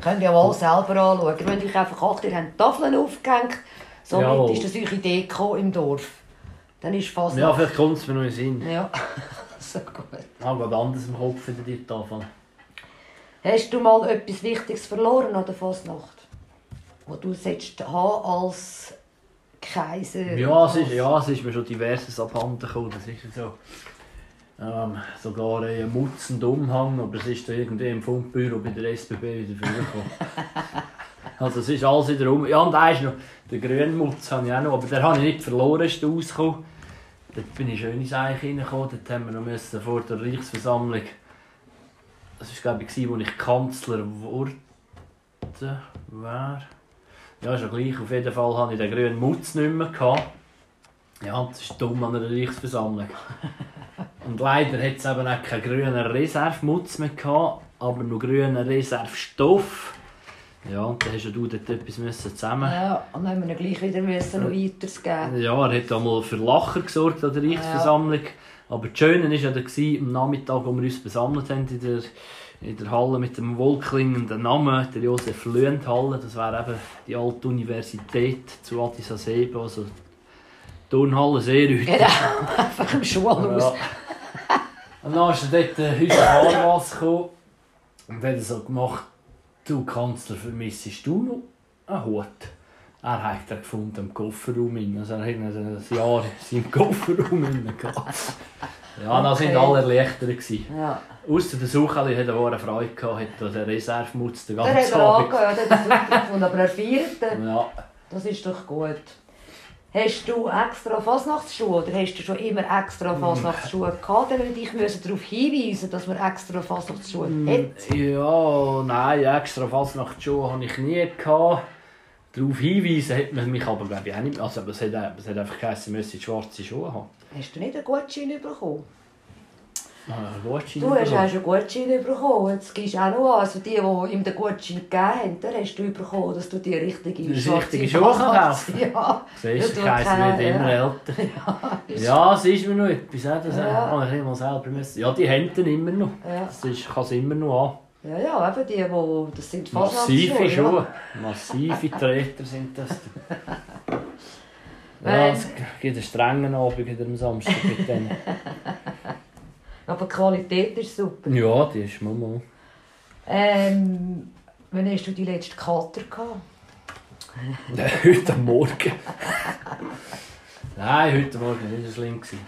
[SPEAKER 1] Könnt ihr ja mal selber anschauen. Wenn ich einfach achte, ihr habt Tafeln aufgehängt. Somit
[SPEAKER 2] Jawohl.
[SPEAKER 1] ist das eure Deko im Dorf. Dann ist fast.
[SPEAKER 2] Ja, vielleicht kommt es mir noch in den Sinn.
[SPEAKER 1] ja. so gut.
[SPEAKER 2] Ich habe gerade Ah, anders im Kopf in der Tafel.
[SPEAKER 1] Hast du mal etwas Wichtiges verloren an der Fasnacht? Was du solltest haben als Kaiser?
[SPEAKER 2] Ja, es
[SPEAKER 1] als-
[SPEAKER 2] ist, ja, es ist mir schon diverses abhanden gekommen. Das ist ja so. Ähm, sogar ein Mutz und Umhang, aber es ist da irgendwie im Fundbüro bei der SBB wieder vorgekommen. also es ist alles wieder um. Ja, und da ist noch, der grüne Mutz habe ich auch noch, aber den habe ich nicht verloren, ist der rausgekommen. Dort bin ich schön ins Eich reingekommen, dort haben wir noch müssen vor der Reichsversammlung. Das war glaube ich, wo ich Kanzler wurde. Wer? Ja, ist ja gleich. Auf jeden Fall hatte ich den grünen Mutz nicht mehr. Gehabt. Ja, das ist dumm an einer Reichsversammlung. Und leider hat es eben auch keinen grünen Reservemutz mehr gehabt, aber nur grünen Reservestoff. Ja, und dann hast ja du dort etwas müssen zusammen.
[SPEAKER 1] Ja, und dann haben wir ihn gleich wieder müssen noch weitergeben.
[SPEAKER 2] Ja, er hat einmal für Lacher gesorgt an der Reichsversammlung. Aber das Schöne war ja, dann, gewesen, am Nachmittag, als wir uns besammelt haben in der, in der Halle mit dem wohlklingenden Namen, der Josef Löhnt Halle, das wäre eben die alte Universität zu Addis Abeba, also die Turnhalle Seerüt.
[SPEAKER 1] Genau, einfach im Schulhaus.
[SPEAKER 2] Ja. Und dann ist er dort äh, unser Fahrwasser gekommen und hat so gemacht, du Kanzler, vermissest du noch einen Hut? Er hat ihn gefunden im Kofferraum. rein. Also er hat ihn ein Jahr in seinem Kofferraum rein gehabt. Ja, da waren
[SPEAKER 1] Okay.
[SPEAKER 2] alle erleichtert. gewesen.
[SPEAKER 1] Ja.
[SPEAKER 2] Ausser der Sucheli hat er auch eine Freude gehabt, hat da den Reservemutz den
[SPEAKER 1] Der hat
[SPEAKER 2] ganzen
[SPEAKER 1] er
[SPEAKER 2] Abend.
[SPEAKER 1] angehört, der hat das gefunden, aber er feiert. ihn.
[SPEAKER 2] Ja.
[SPEAKER 1] Das ist doch gut. Hast du extra Fasnachtsschuhe oder hast du schon immer
[SPEAKER 2] Hm.
[SPEAKER 1] extra Fasnachtsschuhe gehabt? Dann würde ich müssen darauf hinweisen, dass man extra Fasnachtsschuhe
[SPEAKER 2] Hm.
[SPEAKER 1] hat.
[SPEAKER 2] Ja, nein, extra Fasnachtsschuhe hatte ich nie. Gehabt. Darauf hinweisen hat man mich aber glaube ich auch nicht mehr. Also, aber es, hat, es hat einfach geheißen, man müsse schwarze Schuhe haben.
[SPEAKER 1] Hast du nicht einen Gutschein bekommen?
[SPEAKER 2] Ah, Gutschein
[SPEAKER 1] Du hast auch
[SPEAKER 2] bekommen.
[SPEAKER 1] einen Gutschein bekommen, jetzt gibst du auch noch an. Also die, die ihm den Gutschein gegeben haben, den hast du bekommen, dass du die richtige
[SPEAKER 2] Die
[SPEAKER 1] schwarze
[SPEAKER 2] richtige
[SPEAKER 1] Jacke
[SPEAKER 2] Schuhe
[SPEAKER 1] hast.
[SPEAKER 2] kaufen.
[SPEAKER 1] Ja.
[SPEAKER 2] Siehst du,
[SPEAKER 1] Ja,
[SPEAKER 2] der
[SPEAKER 1] du,
[SPEAKER 2] Kaiser wird
[SPEAKER 1] keine-
[SPEAKER 2] immer älter. Ja, es ist mir noch etwas. eh, Das
[SPEAKER 1] Ja.
[SPEAKER 2] ja. ich immer selber müssen. Ja, die Hände immer noch.
[SPEAKER 1] Ja.
[SPEAKER 2] Das ist, kann es immer noch
[SPEAKER 1] ja, ja, eben die, die das sind
[SPEAKER 2] an. Massive
[SPEAKER 1] ja.
[SPEAKER 2] Schuhe. Massive Treter sind das. Ja,
[SPEAKER 1] Wenn-
[SPEAKER 2] es gibt einen strengen Abend wieder am Samstag mit denen.
[SPEAKER 1] Aber die Qualität ist super.
[SPEAKER 2] Ja, die ist Mama.
[SPEAKER 1] Ähm, wann hast du die letzte Kater gehabt?
[SPEAKER 2] heute Morgen. Nein, heute Morgen war nicht so schlimm. gewesen.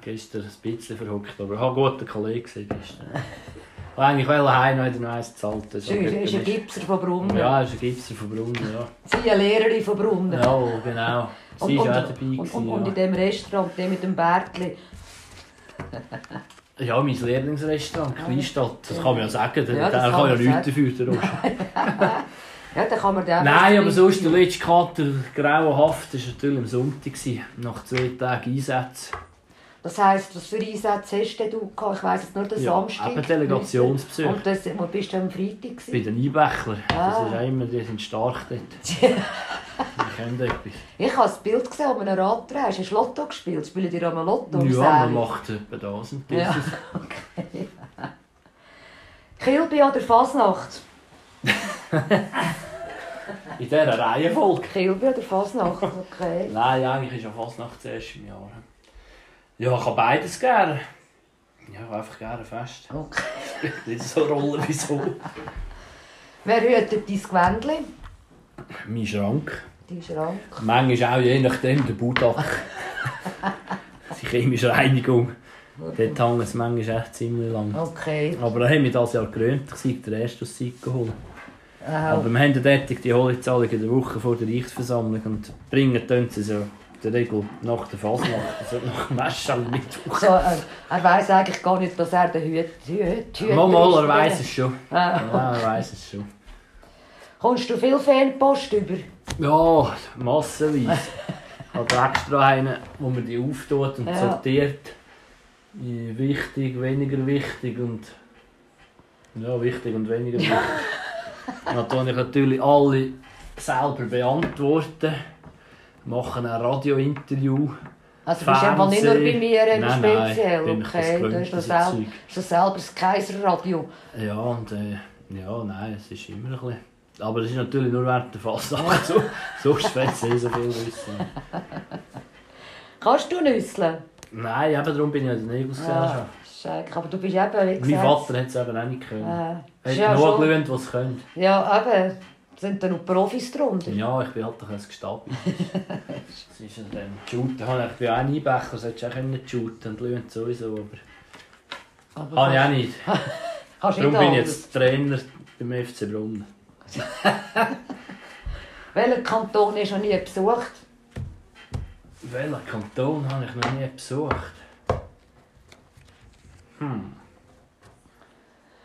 [SPEAKER 2] Gestern ein bisschen verhockt, aber ich habe einen guten Kollegen gesehen gestern. Ich wollte eigentlich heim, dann hat er noch eins gezahlt. Das
[SPEAKER 1] Ist, ist ein
[SPEAKER 2] ist
[SPEAKER 1] Gipser von Brunnen.
[SPEAKER 2] ja, er ist ein Gipser von Brunnen, ja.
[SPEAKER 1] Sie eine Lehrerin von Brunnen.
[SPEAKER 2] Ja, genau. Sie war auch dabei.
[SPEAKER 1] und, und, und in
[SPEAKER 2] Gewesen,
[SPEAKER 1] dem Restaurant, dem mit dem Bärtli.
[SPEAKER 2] ja. ja, mein Lieblingsrestaurant, Kleinstadt. Das kann man ja sagen, der,
[SPEAKER 1] Ja, das
[SPEAKER 2] der
[SPEAKER 1] kann
[SPEAKER 2] kann ja
[SPEAKER 1] man
[SPEAKER 2] nichts dafür. Der Roger.
[SPEAKER 1] Ja, da kann man den
[SPEAKER 2] Nein, aber sonst der letzte Kater, grauenhaft, das war natürlich am Sonntag. gewesen, Nach zwei Tagen Einsatz.
[SPEAKER 1] Das heisst, was für Einsätze hast denn du gehabt? Ich weiss jetzt nur den
[SPEAKER 2] Ja,
[SPEAKER 1] Samstag. Dus,
[SPEAKER 2] eben Delegationsbesuch.
[SPEAKER 1] Und das, wo bist du am Freitag?
[SPEAKER 2] Bei
[SPEAKER 1] Gewesen?
[SPEAKER 2] den Einbächlern.
[SPEAKER 1] Ah.
[SPEAKER 2] Das ist auch immer, die sind stark dort. Die kennen etwas.
[SPEAKER 1] Ich habe das Bild gesehen, wo man einen Rad drehst. Hast du Lotto gespielt? Spielen die auch mal Lotto? im
[SPEAKER 2] Ja, man
[SPEAKER 1] Säle?
[SPEAKER 2] macht etwa das und das.
[SPEAKER 1] Ja, okay. Kilby oder Fasnacht?
[SPEAKER 2] In dieser Reihenfolge.
[SPEAKER 1] Kilby oder Fasnacht, okay.
[SPEAKER 2] Nein, eigentlich ist ja fast nach zuerst im Jahr. Ja, ich habe beides gerne. Ja, ich habe einfach gerne fest.
[SPEAKER 1] okay.
[SPEAKER 2] Nicht so rollen wie so.
[SPEAKER 1] Wer hütet dein Gewändli?
[SPEAKER 2] Mein Schrank.
[SPEAKER 1] Dein Schrank.
[SPEAKER 2] Manchmal auch je nachdem der Budak. Die chemische Reinigung. Dort hängen es manchmal echt ziemlich lang.
[SPEAKER 1] Okay.
[SPEAKER 2] Aber da haben wir das Jahr gerönt. Ich sei der erste aus Sieg geholt.
[SPEAKER 1] Auch.
[SPEAKER 2] Aber wir haben dort die Hohlzahlung in der Woche vor der Reichsversammlung und bringen tun sie so in der Regel nach der Fasnacht, also nach dem Mess am Mittwoch.
[SPEAKER 1] So, er, er weiß eigentlich gar nicht, dass er der Hüt, Hüt, Hüter
[SPEAKER 2] Mal, mal, er
[SPEAKER 1] ist.
[SPEAKER 2] weiss es schon.
[SPEAKER 1] Ah.
[SPEAKER 2] Ja, er weiss es schon.
[SPEAKER 1] Kommst du viel Fanpost über?
[SPEAKER 2] Ja, massenweise. Hat extra einen, wo man die auftut und
[SPEAKER 1] Ja.
[SPEAKER 2] sortiert. In Wichtig, weniger wichtig und... Ja, wichtig und weniger wichtig. Dann tue ich natürlich alle selber beantworten. Mache ein Radiointerview.
[SPEAKER 1] Also du bist einfach nicht nur bei
[SPEAKER 2] Fernsehen.
[SPEAKER 1] mir eben
[SPEAKER 2] Nein, nein,
[SPEAKER 1] speziell,
[SPEAKER 2] bin ich
[SPEAKER 1] okay?
[SPEAKER 2] das
[SPEAKER 1] Du hast doch
[SPEAKER 2] gewöhnt,
[SPEAKER 1] selber,
[SPEAKER 2] dieses Zeug.
[SPEAKER 1] hast doch selber das Kaiserradio.
[SPEAKER 2] Ja, und äh, ja, nein, es ist immer ein bisschen. Aber es ist natürlich nur während der Fasnacht so. Sonst wird es nicht so viel wissen.
[SPEAKER 1] Kannst du nüsseln?
[SPEAKER 2] Nein, eben darum bin ich ja in der
[SPEAKER 1] Ja,
[SPEAKER 2] Nägelgesellschaft.
[SPEAKER 1] Scheik, aber du bist eben, wie
[SPEAKER 2] Mein
[SPEAKER 1] gesagt...
[SPEAKER 2] Vater hat es eben auch nicht können.
[SPEAKER 1] Äh,
[SPEAKER 2] Er
[SPEAKER 1] ist
[SPEAKER 2] hat
[SPEAKER 1] ja,
[SPEAKER 2] nur
[SPEAKER 1] schon,
[SPEAKER 2] gelernt, was es können.
[SPEAKER 1] ja, eben. Sind da noch Profis drunter?
[SPEAKER 2] Ja, ich bin halt doch ein Gestapel. das ist ja dann. Shooten habe ich- ich bin auch ein Einbecher, solltest du auch können shooten und lernt sowieso. Aber.
[SPEAKER 1] Aber
[SPEAKER 2] Habe ich auch nicht.
[SPEAKER 1] kannst
[SPEAKER 2] Darum
[SPEAKER 1] nicht
[SPEAKER 2] bin ich
[SPEAKER 1] anders.
[SPEAKER 2] jetzt Trainer beim FC Brunnen.
[SPEAKER 1] Welcher Kanton hast du noch nie besucht?
[SPEAKER 2] Welcher Kanton habe ich noch nie besucht?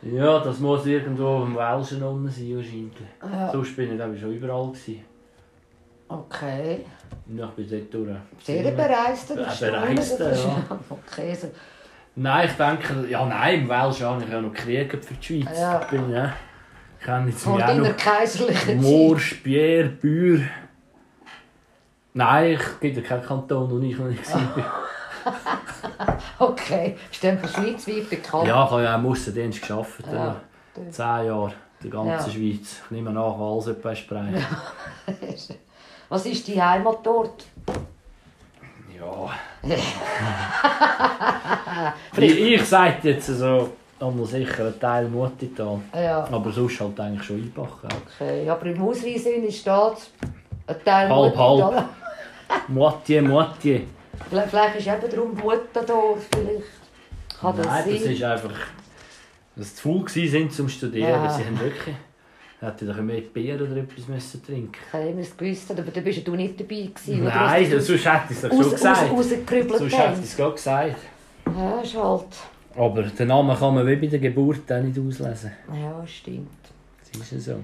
[SPEAKER 2] Hm. Ja, das muss irgendwo auf dem Welschen unten sein wahrscheinlich.
[SPEAKER 1] Ja.
[SPEAKER 2] Sonst bin ich glaube ich schon überall gewesen.
[SPEAKER 1] Okay.
[SPEAKER 2] Ja, ich bin dort durch.
[SPEAKER 1] Sehr bereist. oder?
[SPEAKER 2] Ja, bereist,
[SPEAKER 1] Das ist-
[SPEAKER 2] ja.
[SPEAKER 1] Okay, so.
[SPEAKER 2] Nein, ich denke, ja nein, im Welschen habe ich ja noch Kriege für die Schweiz.
[SPEAKER 1] Ja.
[SPEAKER 2] Ich bin ja, ich kenne jetzt
[SPEAKER 1] Vor
[SPEAKER 2] mich auch
[SPEAKER 1] deiner
[SPEAKER 2] noch.
[SPEAKER 1] kaiserlichen Zeit.
[SPEAKER 2] Moor, Spier, Bür. Nein, ich gibt ja keinen Kanton, wo ich noch nicht war.
[SPEAKER 1] Okay, ist dann für schweizweit bekannt.
[SPEAKER 2] Ja, ich habe ja auch im Aussendienst gearbeitet.
[SPEAKER 1] Ah. Ja.
[SPEAKER 2] Ja. Zehn Jahre, die ganze
[SPEAKER 1] Ja.
[SPEAKER 2] Schweiz. Ich nehme nach, alles etwas sprechen. Ja.
[SPEAKER 1] Was ist dein Heimatort?
[SPEAKER 2] ich ich sage jetzt so, einmal sicher einen Teil Mutital.
[SPEAKER 1] Ah, Ja,
[SPEAKER 2] Aber sonst halt eigentlich schon Einbach. Ja.
[SPEAKER 1] okay. Aber im Ausweisinn steht ein Teil
[SPEAKER 2] Halb,
[SPEAKER 1] Muttendorf.
[SPEAKER 2] Moitié, Moitié.
[SPEAKER 1] Vielleicht- Vielleicht ist eben darum Muttendorf vielleicht. Kann das
[SPEAKER 2] Nein,
[SPEAKER 1] sein?
[SPEAKER 2] das ist einfach, dass sie zu faul gewesen sind zum Studieren.
[SPEAKER 1] Ja.
[SPEAKER 2] Sie haben wirklich, hätten doch mehr Bier oder etwas müssen trinken
[SPEAKER 1] Ich hätte es gewusst, aber da bist du nicht dabei gewesen. oder?
[SPEAKER 2] Nein,
[SPEAKER 1] Dass du
[SPEAKER 2] sonst hätte ich es doch
[SPEAKER 1] raus-
[SPEAKER 2] schon gesagt. halt
[SPEAKER 1] raus- rausgerübelt
[SPEAKER 2] Sonst hätte ich
[SPEAKER 1] hast.
[SPEAKER 2] es gerade gesagt.
[SPEAKER 1] Ja, ist halt...
[SPEAKER 2] Aber den Namen kann man wie bei der Geburt auch nicht auslesen.
[SPEAKER 1] Ja, stimmt.
[SPEAKER 2] Das ist ja so.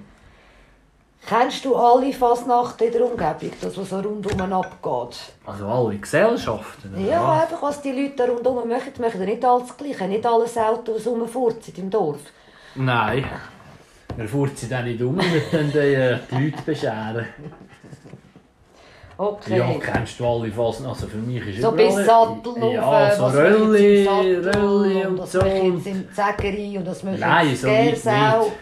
[SPEAKER 1] Kennst du alle Fasnachten in der Umgebung, das was so rundum abgeht?
[SPEAKER 2] Also alle Gesellschaften. oder
[SPEAKER 1] Ja,
[SPEAKER 2] was?
[SPEAKER 1] einfach was die Leute da rundum machen, die machen ja nicht alles das Gleiche. Nicht alles Auto, das rumfurzt im Dorf.
[SPEAKER 2] Nein. Wir furzen sie dann nicht um, wir dann die, äh, die Leute bescheren.
[SPEAKER 1] Okay.
[SPEAKER 2] Ja, kennst du alle Fasen? Also für mich ist
[SPEAKER 1] So
[SPEAKER 2] überall-
[SPEAKER 1] bis Sattel
[SPEAKER 2] Ja, so Rölli, Rölli und
[SPEAKER 1] das
[SPEAKER 2] so.
[SPEAKER 1] jetzt im Zegeri und das möchte
[SPEAKER 2] Nein,
[SPEAKER 1] jetzt
[SPEAKER 2] so weit
[SPEAKER 1] Gersau.
[SPEAKER 2] nicht.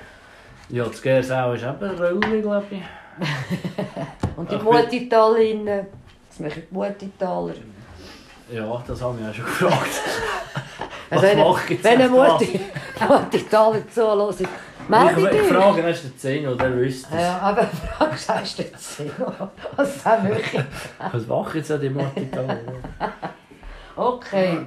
[SPEAKER 2] Ja, das Gersau ist eben Rölli, glaube ich.
[SPEAKER 1] Und die
[SPEAKER 2] Ach,
[SPEAKER 1] Muttitalinnen. Das machen die Muttitaler.
[SPEAKER 2] Ja, das haben wir ja schon gefragt. Was
[SPEAKER 1] Also wenn,
[SPEAKER 2] mache ich jetzt
[SPEAKER 1] wenn eine
[SPEAKER 2] auf das?
[SPEAKER 1] Mutti, Muttitaler zuhört, melde
[SPEAKER 2] ich ich
[SPEAKER 1] dich.
[SPEAKER 2] frage erst den Zehn, oder er wüsste es.
[SPEAKER 1] Ja, aber fragst du hast nicht Sinn. Was auch möchte.
[SPEAKER 2] Was mache jetzt an die Mortital?
[SPEAKER 1] Okay.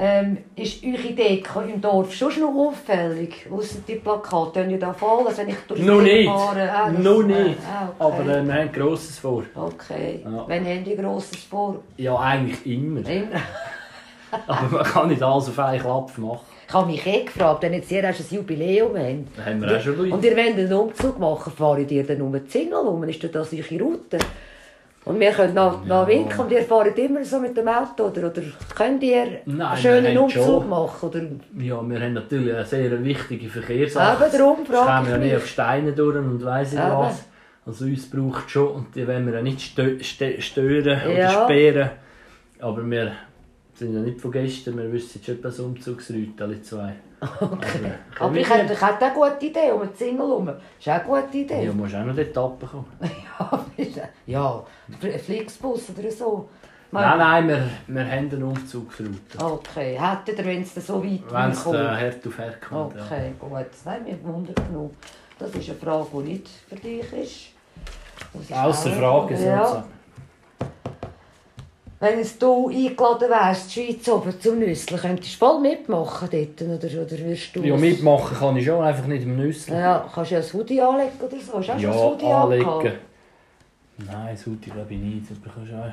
[SPEAKER 1] Ähm, ist eure Deko im Dorf schon noch auffällig? Ausser die Plakate die ja da voll, also wenn ich durch die
[SPEAKER 2] Noch
[SPEAKER 1] Gegend
[SPEAKER 2] nicht.
[SPEAKER 1] fahre, ah, das-
[SPEAKER 2] Noch nicht.
[SPEAKER 1] ah, okay.
[SPEAKER 2] Aber äh, wir haben Grosses vor.
[SPEAKER 1] Okay.
[SPEAKER 2] Ja.
[SPEAKER 1] Wenn haben die grosses vor?
[SPEAKER 2] Ja, eigentlich immer.
[SPEAKER 1] Immer.
[SPEAKER 2] Aber man kann nicht alles auf einen Klapp machen.
[SPEAKER 1] Ich habe mich eh gefragt, wenn jetzt ihr erst ein Jubiläum habt.
[SPEAKER 2] Da haben wir auch schon Leute.
[SPEAKER 1] Und ihr wollt einen Umzug machen, fahrt ihr dann um die Single um? Ist denn das eure Route? Und wir können nach, nach winken und ihr fahrt immer so mit dem Auto, oder? Oder könnt ihr
[SPEAKER 2] wir
[SPEAKER 1] einen schönen
[SPEAKER 2] haben
[SPEAKER 1] Umzug
[SPEAKER 2] schon-
[SPEAKER 1] machen? Oder?
[SPEAKER 2] Ja, wir haben natürlich eine sehr wichtige Verkehrsacht.
[SPEAKER 1] Eben darum
[SPEAKER 2] Es
[SPEAKER 1] frage
[SPEAKER 2] kommen
[SPEAKER 1] ich
[SPEAKER 2] ja
[SPEAKER 1] mich.
[SPEAKER 2] nicht auf Steine durch und weiss ich
[SPEAKER 1] Eben.
[SPEAKER 2] was. Also uns braucht es schon und die wollen wir ja nicht stö stö stören oder
[SPEAKER 1] Ja.
[SPEAKER 2] sperren. Aber wir sind ja nicht von gestern, wir wissen schon etwas Umzugsrüte, alle zwei. Also, Okay.
[SPEAKER 1] Aber ich hätte, ich hätte auch eine gute Idee, um die Single herum. Ist auch eine gute Idee.
[SPEAKER 2] Ja, musst auch noch die Etappe kommen.
[SPEAKER 1] Ja, ist- ja. Fl- Flixbus oder so.
[SPEAKER 2] Nein, nein, wir, wir haben eine Umzugsroute.
[SPEAKER 1] Oh, Okay, hättet ihr, wenn es so weit
[SPEAKER 2] Wenn es
[SPEAKER 1] kommt?
[SPEAKER 2] der Herd auf Herd
[SPEAKER 1] Oh,
[SPEAKER 2] kommt. Ja.
[SPEAKER 1] Okay, gut. Nein, mir wundert genug. Das ist eine Frage, die nicht für dich ist. Muss ich
[SPEAKER 2] Außer
[SPEAKER 1] auch-
[SPEAKER 2] Frage
[SPEAKER 1] Ja.
[SPEAKER 2] sozusagen.
[SPEAKER 1] Wenn es du eingeladen wärst, die Schweiz oben zum Nüsseln, könntest du voll mitmachen dort, oder, oder wirst du...
[SPEAKER 2] Ja,
[SPEAKER 1] ein-
[SPEAKER 2] mitmachen kann ich schon, einfach nicht im Nüssel.
[SPEAKER 1] Ja, kannst du ja ein Hoodie anlegen oder so. Hast du auch schon
[SPEAKER 2] Ja,
[SPEAKER 1] ein Hoodie
[SPEAKER 2] anlegen.
[SPEAKER 1] angehabt?
[SPEAKER 2] Nein, das Hut glaube ich nicht. Das bekommst du auch.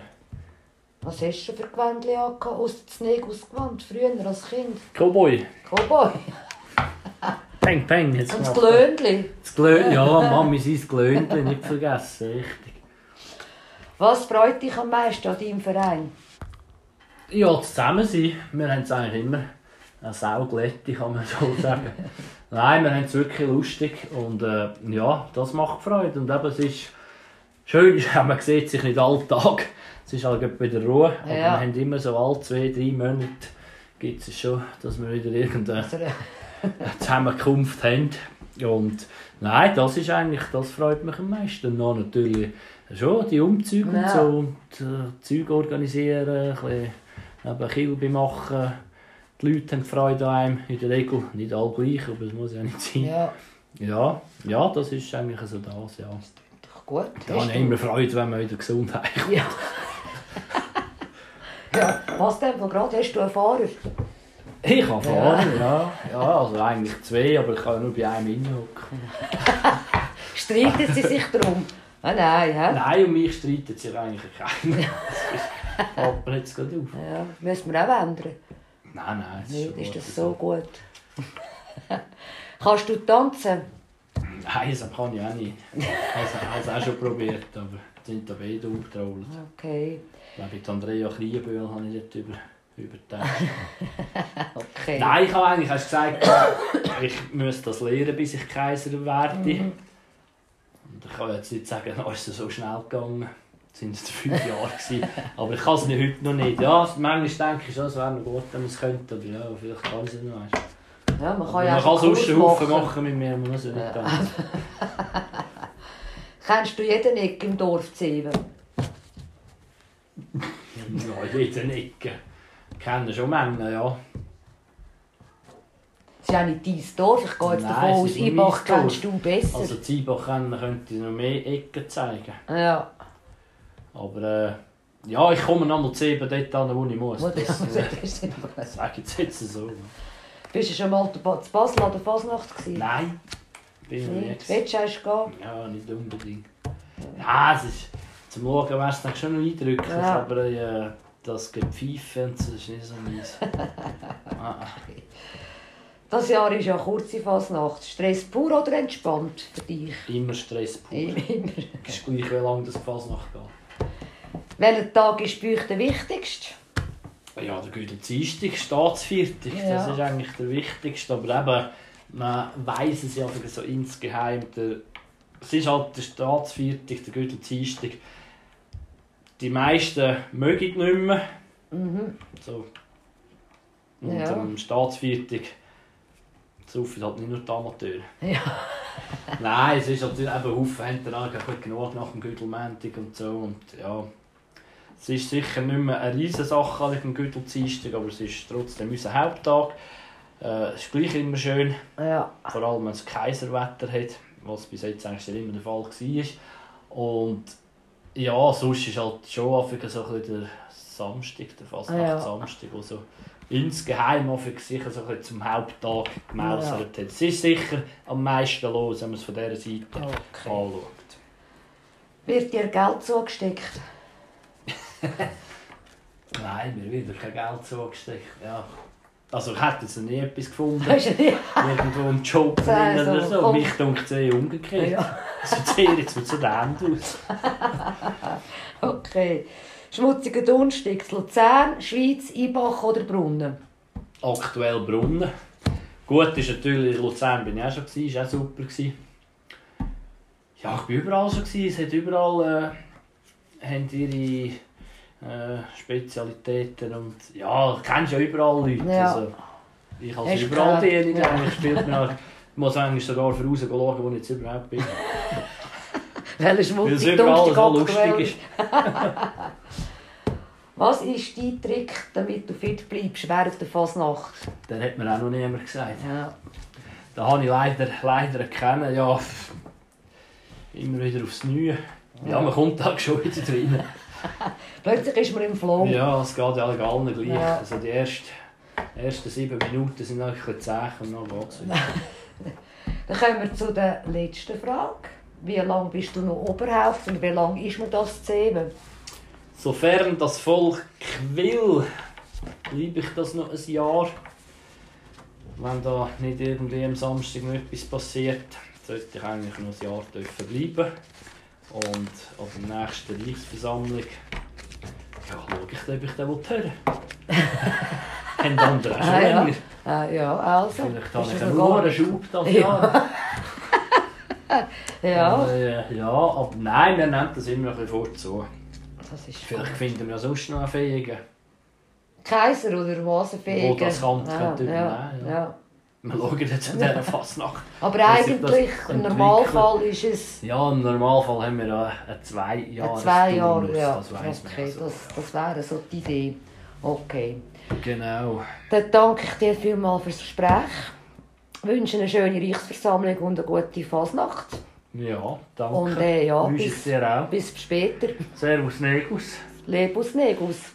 [SPEAKER 1] Was hast du für Gewändchen angehabt, ausser das Negusgewand, früher als Kind?
[SPEAKER 2] Cowboy.
[SPEAKER 1] Cowboy.
[SPEAKER 2] Peng, peng. Jetzt
[SPEAKER 1] Und das
[SPEAKER 2] macht-
[SPEAKER 1] Glöhnchen.
[SPEAKER 2] Das Glöhn. Ja, Mami, sein Glöhnchen nicht vergessen. Richtig.
[SPEAKER 1] Was freut dich am meisten an deinem Verein?
[SPEAKER 2] Ja, das Zusammensein. Wir haben es eigentlich immer. Eine Sauglätte, kann man so sagen. Nein, wir haben es wirklich lustig. Und äh, ja, das macht Freude. Und eben, es ist schön, ist auch, man sieht sich nicht alltag. Es ist halt gerade wieder Ruhe. Aber
[SPEAKER 1] Ja.
[SPEAKER 2] wir haben immer so alle zwei, drei Monate gibt es schon, dass wir wieder irgendeine
[SPEAKER 1] Also, äh,
[SPEAKER 2] Zusammenkunft haben. Und nein, das ist eigentlich, das freut mich am meisten. Und dann natürlich schon die Umzüge und
[SPEAKER 1] Ja.
[SPEAKER 2] so und äh, Zeug organisieren, ein bisschen eben Kilbe machen. Die Leute haben Freude an einem, in der Regel nicht alle gleich, aber es muss ja nicht sein.
[SPEAKER 1] Ja,
[SPEAKER 2] Ja, ja, das ist eigentlich so das, ja.
[SPEAKER 1] doch gut.
[SPEAKER 2] Da
[SPEAKER 1] Hast
[SPEAKER 2] habe
[SPEAKER 1] du-
[SPEAKER 2] ich immer Freude, wenn man wieder gesund ist.
[SPEAKER 1] Ja. ja. Was denn von gerade? Hast du einen Fahrer?
[SPEAKER 2] Ich kann fahren, ja. ja. also eigentlich zwei, aber ich kann nur bei einem hinhocken.
[SPEAKER 1] Streiten sie sich darum? Ah, nein, hä?
[SPEAKER 2] Nein, um mich streitet sich eigentlich keiner. Das ist- fällt mir jetzt gerade auf.
[SPEAKER 1] Ja, müssen wir auch ändern.
[SPEAKER 2] Nein, nein, es
[SPEAKER 1] Nicht,
[SPEAKER 2] schon
[SPEAKER 1] ist
[SPEAKER 2] gut.
[SPEAKER 1] das so gut? Kannst du tanzen?
[SPEAKER 2] Nein, das kann ich auch nicht. Ich habe es auch schon probiert, aber die sind da beide umgetrollt.
[SPEAKER 1] Okay,
[SPEAKER 2] Ich glaube, die Andrea Krieböhl habe ich dort über, überdacht.
[SPEAKER 1] okay.
[SPEAKER 2] Nein, ich habe eigentlich hast gesagt, äh, ich müsse das lernen, bis ich Kaiser werde. Und ich kann jetzt nicht sagen, oh, ist es so schnell gegangen. Es waren jetzt fünf Jahre. Gewesen. Aber ich kann es nicht, heute noch nicht. Ja, manchmal denke ich schon, es wäre noch gut, wenn man es könnte. Aber ja, vielleicht kann ich es noch. Weißt.
[SPEAKER 1] Ja, man kann
[SPEAKER 2] Man
[SPEAKER 1] ja
[SPEAKER 2] kann
[SPEAKER 1] auch
[SPEAKER 2] sonst einen Haufen
[SPEAKER 1] machen.
[SPEAKER 2] machen mit mir, man muss ja nicht
[SPEAKER 1] Ja.
[SPEAKER 2] tanzen.
[SPEAKER 1] Kennst du jeden Eck im Dorf zu Eben?
[SPEAKER 2] Ja, jeder Ecke. Kennen schon Männer, ja.
[SPEAKER 1] Es ist ja nicht dein Dorf. Ich gehe jetzt
[SPEAKER 2] Nein,
[SPEAKER 1] davon
[SPEAKER 2] es
[SPEAKER 1] aus,
[SPEAKER 2] ist nicht
[SPEAKER 1] Ibach
[SPEAKER 2] mein Dorf.
[SPEAKER 1] kennst du besser.
[SPEAKER 2] Also Zibach kennen könnte ich noch mehr Ecken zeigen.
[SPEAKER 1] ja.
[SPEAKER 2] Aber äh, ja, ich komme nochmal zu eben dort an, wo ich muss.
[SPEAKER 1] Wo das-
[SPEAKER 2] Das
[SPEAKER 1] das
[SPEAKER 2] äh,
[SPEAKER 1] ist nicht gut.
[SPEAKER 2] sage ich jetzt so.
[SPEAKER 1] Bist du schon mal zu Ba- zu Basel an der Fasnacht gewesen?
[SPEAKER 2] Nein, bin ich noch
[SPEAKER 1] Nicht?
[SPEAKER 2] nicht.
[SPEAKER 1] Willst du erst gehen?
[SPEAKER 2] Ja, nicht unbedingt. Ja, es ist, zum Schauen wäre es dann schon noch eindrücklich,
[SPEAKER 1] Ja.
[SPEAKER 2] aber äh, das Gepfeife und so ist nicht so meins. ah, ah.
[SPEAKER 1] Das Jahr ist ja kurze Fasnacht. Stress pur oder entspannt für dich?
[SPEAKER 2] Immer Stress pur.
[SPEAKER 1] Immer.
[SPEAKER 2] Es ist gleich, wie lange das Fass noch geht.
[SPEAKER 1] Welcher Tag ist bei euch der wichtigste?
[SPEAKER 2] Ja, der gute Dienstag, Staatsviertag,
[SPEAKER 1] Ja.
[SPEAKER 2] das ist eigentlich der wichtigste. Aber eben, man weiss es ja also so insgeheim. Der, es ist halt der Staatsviertag, der gute Dienstag. Die meisten mögen ihn nicht mehr.
[SPEAKER 1] Mhm.
[SPEAKER 2] So. Und ähm,
[SPEAKER 1] Ja.
[SPEAKER 2] am Staatsviertag saufen halt nicht nur die Amateure.
[SPEAKER 1] Ja.
[SPEAKER 2] Nein, es ist natürlich eben Haufen hintereinander ein bisschen genug nach dem Güdelmäntig und so und ja. Es ist sicher nicht mehr eine riesen Sache an dem Güdeldienstag, aber es ist trotzdem unser Haupttag. Äh, es ist gleich immer schön,
[SPEAKER 1] Ja.
[SPEAKER 2] vor allem wenn es Kaiserwetter hat, was bis jetzt eigentlich nicht immer der Fall war. Und ja, sonst ist halt schon häufig so ein bisschen der Samstag, der Fastnacht
[SPEAKER 1] Ah, Ja.
[SPEAKER 2] Samstag, wo so insgeheim häufig sicher so ein bisschen zum Haupttag gemausert hat. Es ist sicher am meisten los, wenn man es von dieser Seite
[SPEAKER 1] Okay.
[SPEAKER 2] anschaut.
[SPEAKER 1] Wird dir Geld zugesteckt?
[SPEAKER 2] Nein, mir wieder kein Geld zugesteckt. Ja. Also ich hätte jetzt noch nie etwas gefunden,
[SPEAKER 1] Hast du nicht?
[SPEAKER 2] irgendwo im Job drin
[SPEAKER 1] so,
[SPEAKER 2] oder so.
[SPEAKER 1] komm.
[SPEAKER 2] Mich denkt es eher umgekehrt.
[SPEAKER 1] Ja.
[SPEAKER 2] Also zählt jetzt wird so der Ende aus.
[SPEAKER 1] Okay. Schmutziger Donnerstag, Luzern, Schweiz, Ibach oder Brunnen?
[SPEAKER 2] Aktuell Brunnen. Gut ist natürlich, in Luzern bin ich auch schon, gewesen, ist auch super. Gewesen. Ja, ich war überall schon. Gewesen. Es hat überall äh, haben ihre äh, Spezialitäten und ja, du kennst ja überall Leute.
[SPEAKER 1] Ja.
[SPEAKER 2] Also, ich als
[SPEAKER 1] Hast du
[SPEAKER 2] überall
[SPEAKER 1] gehört,
[SPEAKER 2] diejenige,
[SPEAKER 1] ja.
[SPEAKER 2] eigentlich spielt mir auch- ich muss manchmal sogar vorausschauen, wo ich jetzt überhaupt bin.
[SPEAKER 1] Welcher
[SPEAKER 2] Weil es
[SPEAKER 1] schmutzige
[SPEAKER 2] überall
[SPEAKER 1] Donnerstag
[SPEAKER 2] so lustig
[SPEAKER 1] aktuell?
[SPEAKER 2] ist.
[SPEAKER 1] Was ist dein Trick, damit du fit bleibst während der Fasnacht?
[SPEAKER 2] Das hat mir auch noch niemand gesagt.
[SPEAKER 1] Ja.
[SPEAKER 2] Da habe ich leider, leider erkennen, ja, pff, immer wieder aufs Neue. Ja, man kommt da schon wieder drin.
[SPEAKER 1] Plötzlich ist man im Flow.
[SPEAKER 2] Ja, es geht ja allen gleich.
[SPEAKER 1] Oh. Ja.
[SPEAKER 2] Also die ersten, ersten sieben Minuten sind eigentlich ein zäh und dann geht's wieder.
[SPEAKER 1] Dann kommen wir zu der letzten Frage. Wie lange bist du noch Oberhaupt und wie lange ist mir das zu eben?
[SPEAKER 2] Sofern das Volk will, bleibe ich das noch ein Jahr. Wenn da nicht irgendwie am Samstag noch etwas passiert, sollte ich eigentlich noch ein Jahr dürfen bleiben. Und an der nächsten Reichsversammlung ja, schaue ich, ob ich den hören will. Haben die anderen auch schon
[SPEAKER 1] Ah, ja.
[SPEAKER 2] länger.
[SPEAKER 1] Ah, ja, also.
[SPEAKER 2] Vielleicht habe
[SPEAKER 1] Ist
[SPEAKER 2] ich
[SPEAKER 1] das
[SPEAKER 2] einen
[SPEAKER 1] sogar-
[SPEAKER 2] hohen Schub das
[SPEAKER 1] Ja.
[SPEAKER 2] Jahr.
[SPEAKER 1] Ja,
[SPEAKER 2] Äh, ja, aber nein, wir nehmen das immer ein bisschen vorzu.
[SPEAKER 1] das ist
[SPEAKER 2] Vielleicht finden wir ja sonst noch einen Fähigen.
[SPEAKER 1] Kaiser oder Vasenfähiger.
[SPEAKER 2] Wo das Amt könnte
[SPEAKER 1] ja,
[SPEAKER 2] übernehmen,
[SPEAKER 1] ja.
[SPEAKER 2] ja. Wir schauen jetzt an dieser Fasnacht.
[SPEAKER 1] Aber
[SPEAKER 2] Dass sich
[SPEAKER 1] eigentlich,
[SPEAKER 2] das
[SPEAKER 1] im
[SPEAKER 2] entwickelt.
[SPEAKER 1] Normalfall ist es
[SPEAKER 2] Ja, im Normalfall haben wir äh, einen zwei
[SPEAKER 1] ja,
[SPEAKER 2] Jahre
[SPEAKER 1] zwei Jahre. Ja.
[SPEAKER 2] Das weiss man
[SPEAKER 1] okay,
[SPEAKER 2] also.
[SPEAKER 1] das, das wäre so die Idee. Okay.
[SPEAKER 2] Genau.
[SPEAKER 1] Dann danke ich dir vielmals fürs Gespräch. Wünsche eine schöne Reichsversammlung und eine gute Fasnacht.
[SPEAKER 2] Ja, danke.
[SPEAKER 1] Und äh, ja,
[SPEAKER 2] Wünsche ich
[SPEAKER 1] bis,
[SPEAKER 2] dir auch.
[SPEAKER 1] bis später.
[SPEAKER 2] Servus Negus.
[SPEAKER 1] Lebus Negus.